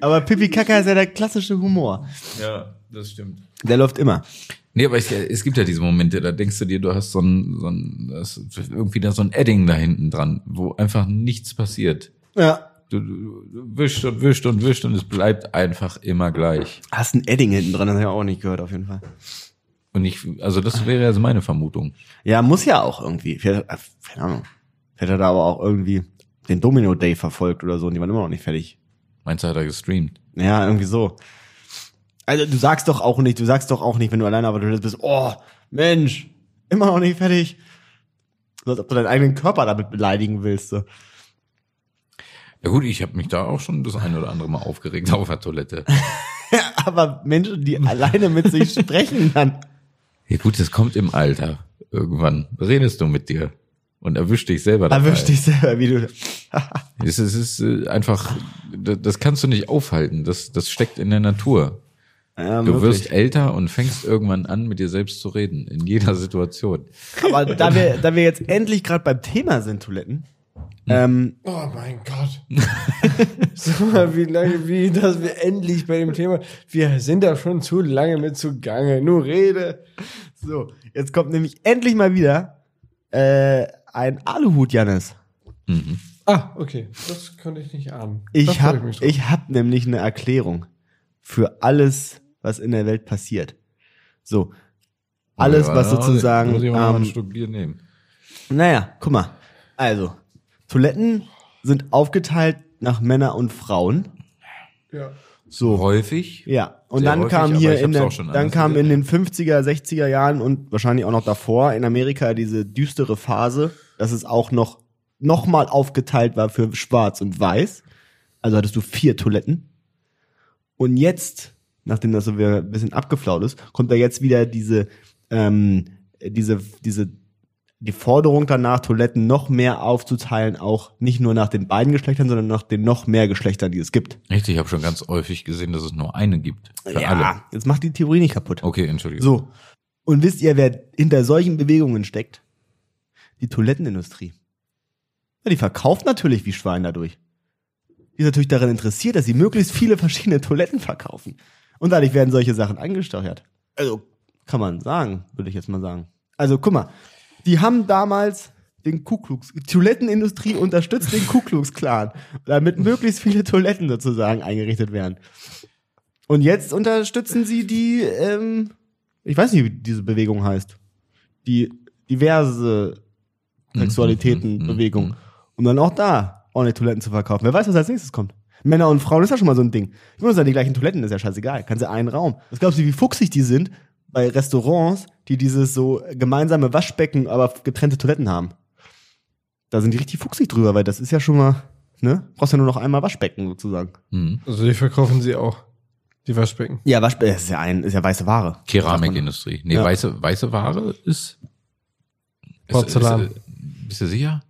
S2: Aber Pipi Kaka ist ja der klassische Humor.
S1: Ja, das stimmt.
S2: Der läuft immer.
S1: Nee, aber ich, es gibt ja diese Momente, da denkst du dir, du hast so ein, so ein das, irgendwie da so ein Edding da hinten dran, wo einfach nichts passiert.
S2: Ja.
S1: Du, du, du wischst und wischst und wischst und es bleibt einfach immer gleich.
S2: Hast ein Edding hinten dran, das habe ich auch nicht gehört, auf jeden Fall.
S1: Und ich, also das wäre also meine Vermutung.
S2: Ja, muss ja auch irgendwie. Vielleicht, äh, keine Ahnung. Vielleicht hat er aber auch irgendwie den Domino Day verfolgt oder so und die waren immer noch nicht fertig.
S1: Meinst du, hat er gestreamt?
S2: Ja, irgendwie so. Also du sagst doch auch nicht, du sagst doch auch nicht, wenn du alleine aber du bist, oh, Mensch, immer noch nicht fertig. So als ob du deinen eigenen Körper damit beleidigen willst. So.
S1: Ja gut, ich habe mich da auch schon das eine oder andere Mal aufgeregt auf der Toilette.
S2: Aber Menschen, die alleine mit sich sprechen, dann.
S1: Ja gut, das kommt im Alter. Irgendwann redest du mit dir und erwischt dich selber dabei.
S2: Erwisch dich selber, wie du.
S1: Es ist, es ist äh, einfach, d- das kannst du nicht aufhalten. Das, das steckt in der Natur.
S2: Ja,
S1: Du
S2: möglich.
S1: wirst älter und fängst irgendwann an, mit dir selbst zu reden. In jeder Situation.
S2: Aber da wir, da wir jetzt endlich gerade beim Thema sind, Toiletten, ähm,
S3: Oh mein Gott. so, wie lange, wie, dass wir endlich bei dem Thema, wir sind da schon zu lange mit zugange. Nur rede.
S2: So, jetzt kommt nämlich endlich mal wieder äh, ein Aluhut, Jannis.
S3: Ah, okay. Das konnte ich nicht ahnen. Da
S2: Ich
S3: freue
S2: habe
S3: mich
S2: ich
S3: drauf.
S2: hab nämlich eine Erklärung für alles, was in der Welt passiert. So, alles, was sozusagen.
S1: Muss ich mal ein
S2: Ähm,
S1: Stück Bier nehmen.
S2: naja, guck mal. Also, Toiletten sind aufgeteilt nach Männer und Frauen.
S3: Ja.
S2: So.
S1: Häufig.
S2: Ja, und
S1: Sehr
S2: dann
S1: häufig,
S2: kam
S1: aber
S2: hier
S1: ich
S2: in
S1: hab's
S2: der,
S1: auch schon
S2: dann
S1: anders
S2: kam in
S1: gesehen.
S2: den 50er, 60er Jahren und wahrscheinlich auch noch davor in Amerika diese düstere Phase, dass es auch noch noch mal aufgeteilt war für schwarz und weiß. Also hattest du vier Toiletten. Und jetzt, nachdem das so wieder ein bisschen abgeflaut ist, kommt da jetzt wieder diese ähm, diese diese die Forderung danach, Toiletten noch mehr aufzuteilen, auch nicht nur nach den beiden Geschlechtern, sondern nach den noch mehr Geschlechtern, die es gibt.
S1: Richtig, ich habe schon ganz häufig gesehen, dass es nur eine gibt. Für
S2: ja,
S1: alle.
S2: jetzt macht die Theorie nicht kaputt.
S1: Okay, Entschuldigung.
S2: So. Und wisst ihr, wer hinter solchen Bewegungen steckt? Die Toilettenindustrie. Ja, die verkauft natürlich wie Schwein dadurch. Die ist natürlich daran interessiert, dass sie möglichst viele verschiedene Toiletten verkaufen. Und dadurch werden solche Sachen angesteuert. Also, kann man sagen, würde ich jetzt mal sagen. Also, guck mal, die haben damals den Ku Klux, die Toilettenindustrie unterstützt den Ku Klux Klan, damit möglichst viele Toiletten sozusagen eingerichtet werden. Und jetzt unterstützen sie die, ähm, ich weiß nicht, wie diese Bewegung heißt. Die diverse Mhm, Sexualitätenbewegung. Um dann auch da ordentlich Toiletten zu verkaufen. Wer weiß, was als nächstes kommt. Männer und Frauen ist ja schon mal so ein Ding. Ich muss ja die gleichen Toiletten, ist ja scheißegal. Kannst ja einen Raum. Was glaubst du, wie fuchsig die sind bei Restaurants, die dieses so gemeinsame Waschbecken, aber getrennte Toiletten haben? Da sind die richtig fuchsig drüber, weil das ist ja schon mal, ne? Brauchst ja nur noch einmal Waschbecken sozusagen.
S1: Mhm.
S3: Also, die verkaufen sie auch. Die Waschbecken.
S2: Ja, Waschbe das ist ja ein, ist ja weiße Ware.
S1: Keramikindustrie. Nee,
S2: Ja.
S1: weiße, weiße Ware ist. ist-
S3: Porzellan.
S1: Ist, äh, bist du sicher?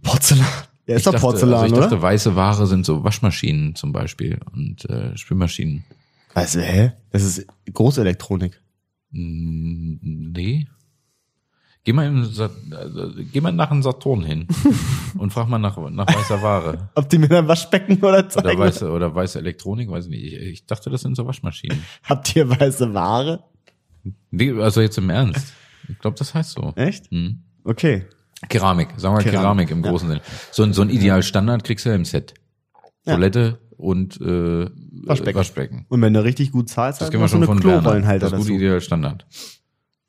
S3: Porzellan.
S2: Ja, ist
S1: Ich
S2: doch
S1: dachte-
S2: Porzellan,
S1: also ich
S2: oder?
S1: dachte, weiße Ware sind so Waschmaschinen zum Beispiel und äh, Spülmaschinen.
S2: Weißt du, Also, hä? Das ist Großelektronik.
S1: Mm, Nee. Geh mal, im Sa also, geh mal nach dem Saturn hin und frag mal nach, nach weißer Ware.
S2: Ob die mir dann Waschbecken oder
S1: Oder
S2: zeigen?
S1: weiße, oder weiße Elektronik, weiß ich nicht. Ich, ich dachte, das sind so Waschmaschinen.
S2: Habt ihr weiße Ware?
S1: Nee, also jetzt im Ernst. Ich glaube, das heißt so.
S2: Echt?
S1: Hm.
S2: Okay.
S1: Keramik, sagen wir
S2: Keramik,
S1: Keramik, im
S2: ja. Mhm.
S1: großen Sinne. So, ein- so ein Idealstandard kriegst du ja im Set.
S2: Ja.
S1: Toilette und äh,
S2: Waschbecken.
S1: Waschbecken.
S2: Und wenn du richtig gut zahlst,
S1: Das
S2: hast
S1: kennen wir
S2: du
S1: schon
S2: eine
S1: von Werner.
S2: Klorollenhalter
S1: Das gute
S2: dazu.
S1: Idealstandard.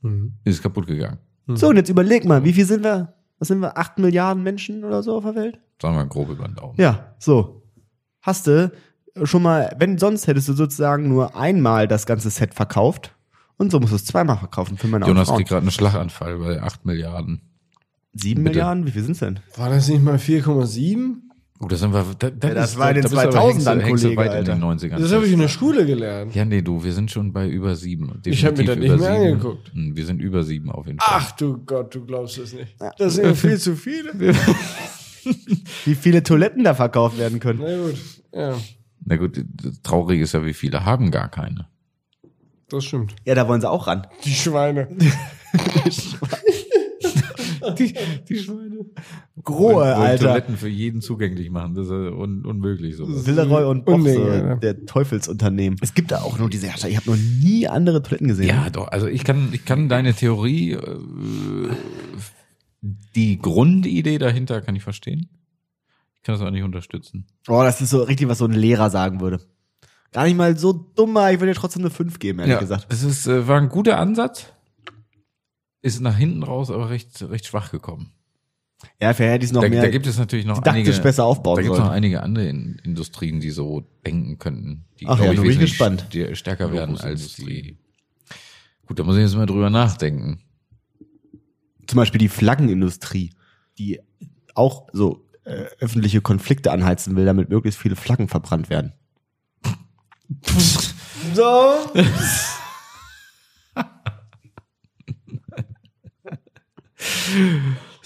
S3: Mhm.
S1: Ist kaputt gegangen.
S2: So, und jetzt überleg mal, wie viel sind wir? Was sind wir? Acht Milliarden Menschen oder so auf der Welt?
S1: Sagen wir grob über den Daumen.
S2: Ja, so. Hast du schon mal, wenn sonst hättest du sozusagen nur einmal das ganze Set verkauft und so musst du es zweimal verkaufen für Männer
S1: Jonas
S2: Genau. und Frauen.
S1: kriegt gerade einen Schlaganfall bei 8 Milliarden.
S2: Sieben
S1: Bitte.
S2: Milliarden? Wie viel sind's denn?
S3: War das nicht mal 4,7?
S1: Oh, das sind wir. Da, da
S2: Ja, das
S1: ist-
S2: war in den
S1: da bist du aber
S2: 2000ern,
S1: hängst du- hängst du
S2: Kollege,
S1: weit
S2: Alter.
S1: in den 90ern.
S3: Das habe ich in der Schule gelernt.
S1: ja, nee, du, wir sind schon bei über sieben.
S3: Ich hab mir das
S1: Definitiv
S3: nicht
S1: über
S3: mehr
S1: sieben.
S3: angeguckt.
S1: Hm, Wir sind über sieben auf jeden Fall.
S3: Ach du Gott, du glaubst es nicht. Das sind ja viel zu viele.
S2: Wie viele Toiletten da verkauft werden können?
S3: Na gut, ja,
S1: Na gut, das Traurige ist ja, wie viele haben gar keine.
S3: das stimmt.
S2: Ja, da wollen sie auch ran.
S3: Die Schweine.
S1: Die, Schweine.
S2: Grohe, Oh, Alter.
S1: Toiletten für jeden zugänglich machen, das ist ja un unmöglich sowas.
S2: Villeroy und Bob,
S3: Unding,
S2: so
S3: Alter.
S2: der Teufelsunternehmen. Es gibt da auch nur diese Hersteller. Ich habe noch nie andere Toiletten gesehen.
S1: Ja, doch, also ich kann, ich kann deine Theorie, äh, die Grundidee dahinter kann ich verstehen. Ich kann das auch nicht unterstützen.
S2: Oh, das ist so richtig, was so ein Lehrer sagen würde. Gar nicht mal so dummer, ich würde dir trotzdem eine 5 geben, ehrlich gesagt.
S1: Es ist, äh, war ein guter Ansatz, ist nach hinten raus aber recht, recht schwach gekommen.
S2: Ja, vielleicht hätte ich es noch
S1: Da,
S2: mehr
S1: da gibt es natürlich noch
S2: didaktisch
S1: einige,
S2: besser aufbauen
S1: da gibt es
S2: sollen.
S1: noch einige andere in, Industrien, die so denken könnten, die
S2: Ach
S1: glaub
S2: ja, da bin ich
S1: wesentlich
S2: gespannt.
S1: st- stärker werden als die. Gut, da muss ich jetzt mal drüber nachdenken.
S2: zum Beispiel die Flaggenindustrie, die auch so äh, öffentliche Konflikte anheizen will, damit möglichst viele Flaggen verbrannt werden.
S3: So.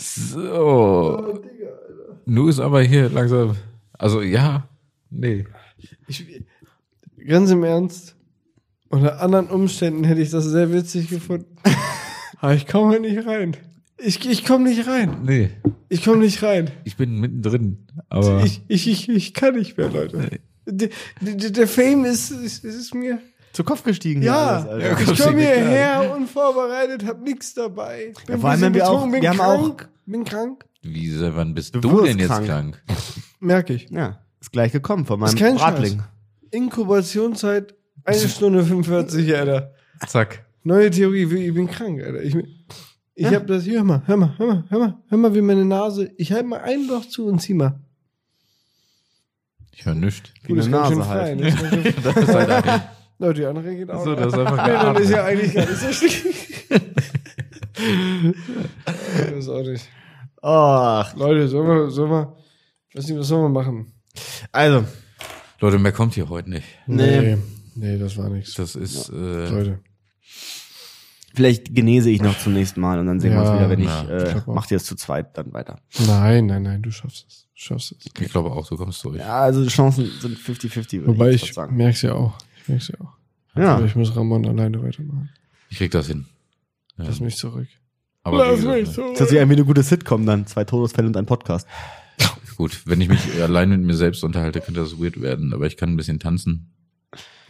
S1: So. Nu ist aber hier langsam. Also ja, nee.
S3: Ich, ganz im Ernst, unter anderen Umständen hätte ich das sehr witzig gefunden. Aber ich komme nicht rein. Ich, ich komme nicht rein.
S1: Nee.
S3: Ich komme nicht rein.
S1: Ich bin mittendrin. Aber
S3: Ich, ich, ich, ich kann nicht mehr, Leute. Der, der, der Fame ist, ist, ist mir.
S2: Zu Kopf gestiegen.
S3: Ja,
S2: hier alles, Alter.
S3: ich komme hierher unvorbereitet, hab nichts dabei. Bin
S2: Ja, vor allem
S3: ein bisschen
S2: haben
S3: betrunken, bin
S2: wir auch- wir haben auch-
S3: krank. Bin krank.
S1: wie sehr, wann bist du,
S2: wurdest
S1: denn jetzt
S2: krank.
S1: krank?
S3: Merke ich.
S2: ja, ist gleich gekommen von meinem
S3: Ist kein
S2: Radling.
S3: Inkubationszeit, eine Stunde 45, Alter.
S1: Zack.
S3: Neue Theorie, wie- ich bin krank, Alter. Ich, ich hab das, hier, hör mal, hör mal, hör mal, hör mal, hör mal, wie meine Nase. Ich halte mal ein Loch zu und zieh mal.
S1: Ich höre nichts.
S2: Wie eine
S3: ganz schön
S2: Nase halt.
S3: ne? Ist ganz schön- Leute, die andere geht auch.
S1: So, das ist einfach
S3: Nee, dann ist ja
S1: geatmet.
S3: eigentlich gar nicht so schlimm. das ist auch nicht.
S2: Ach,
S3: Leute, sollen wir, sollen wir, ich weiß nicht, was sollen wir machen?
S2: also,
S1: Leute, mehr kommt hier heute nicht.
S2: Nee.
S3: Nee, nee das war nichts.
S1: Das ist äh,
S3: Leute.
S2: vielleicht genese ich noch zum nächsten Mal und dann sehen wir
S3: Ja,
S2: uns wieder, wenn
S1: ja,
S2: ich, äh,
S3: glaub auch.
S2: macht ihr es zu zweit dann weiter.
S3: Nein, nein, nein, du schaffst es. Du schaffst es.
S1: ich glaube auch, du kommst durch.
S2: Ja, also die Chancen sind 50-50, würde
S3: Wobei
S2: ich jetzt
S3: ich
S2: sagen.
S3: merk's ja auch. Ich merk's ja auch.
S2: Ja.
S3: Aber ich muss Ramon alleine weitermachen.
S1: Ich krieg das hin. Ja.
S3: Lass mich zurück.
S1: Aber wie gesagt, ne?
S3: zurück.
S2: Das ist ja irgendwie eine gute Sitcom dann. Zwei Todesfälle und ein Podcast.
S1: gut, wenn ich mich allein mit mir selbst unterhalte, könnte das weird werden, aber ich kann ein bisschen tanzen.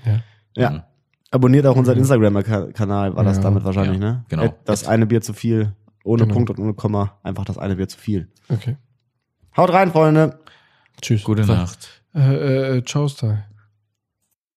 S3: Ja.
S2: Ja.
S1: Mhm.
S2: Abonniert auch unseren Instagram-Kanal, war das
S3: Mhm. Ja,
S2: damit wahrscheinlich,
S1: ja,
S2: ne?
S1: genau.
S2: At Das eine Bier zu viel. Ohne
S3: Genau.
S2: Punkt und ohne Komma. Einfach das eine Bier zu viel.
S3: Okay.
S2: Haut rein, Freunde.
S3: Tschüss.
S1: Gute Nacht.
S3: Äh, äh, Ciao, Style.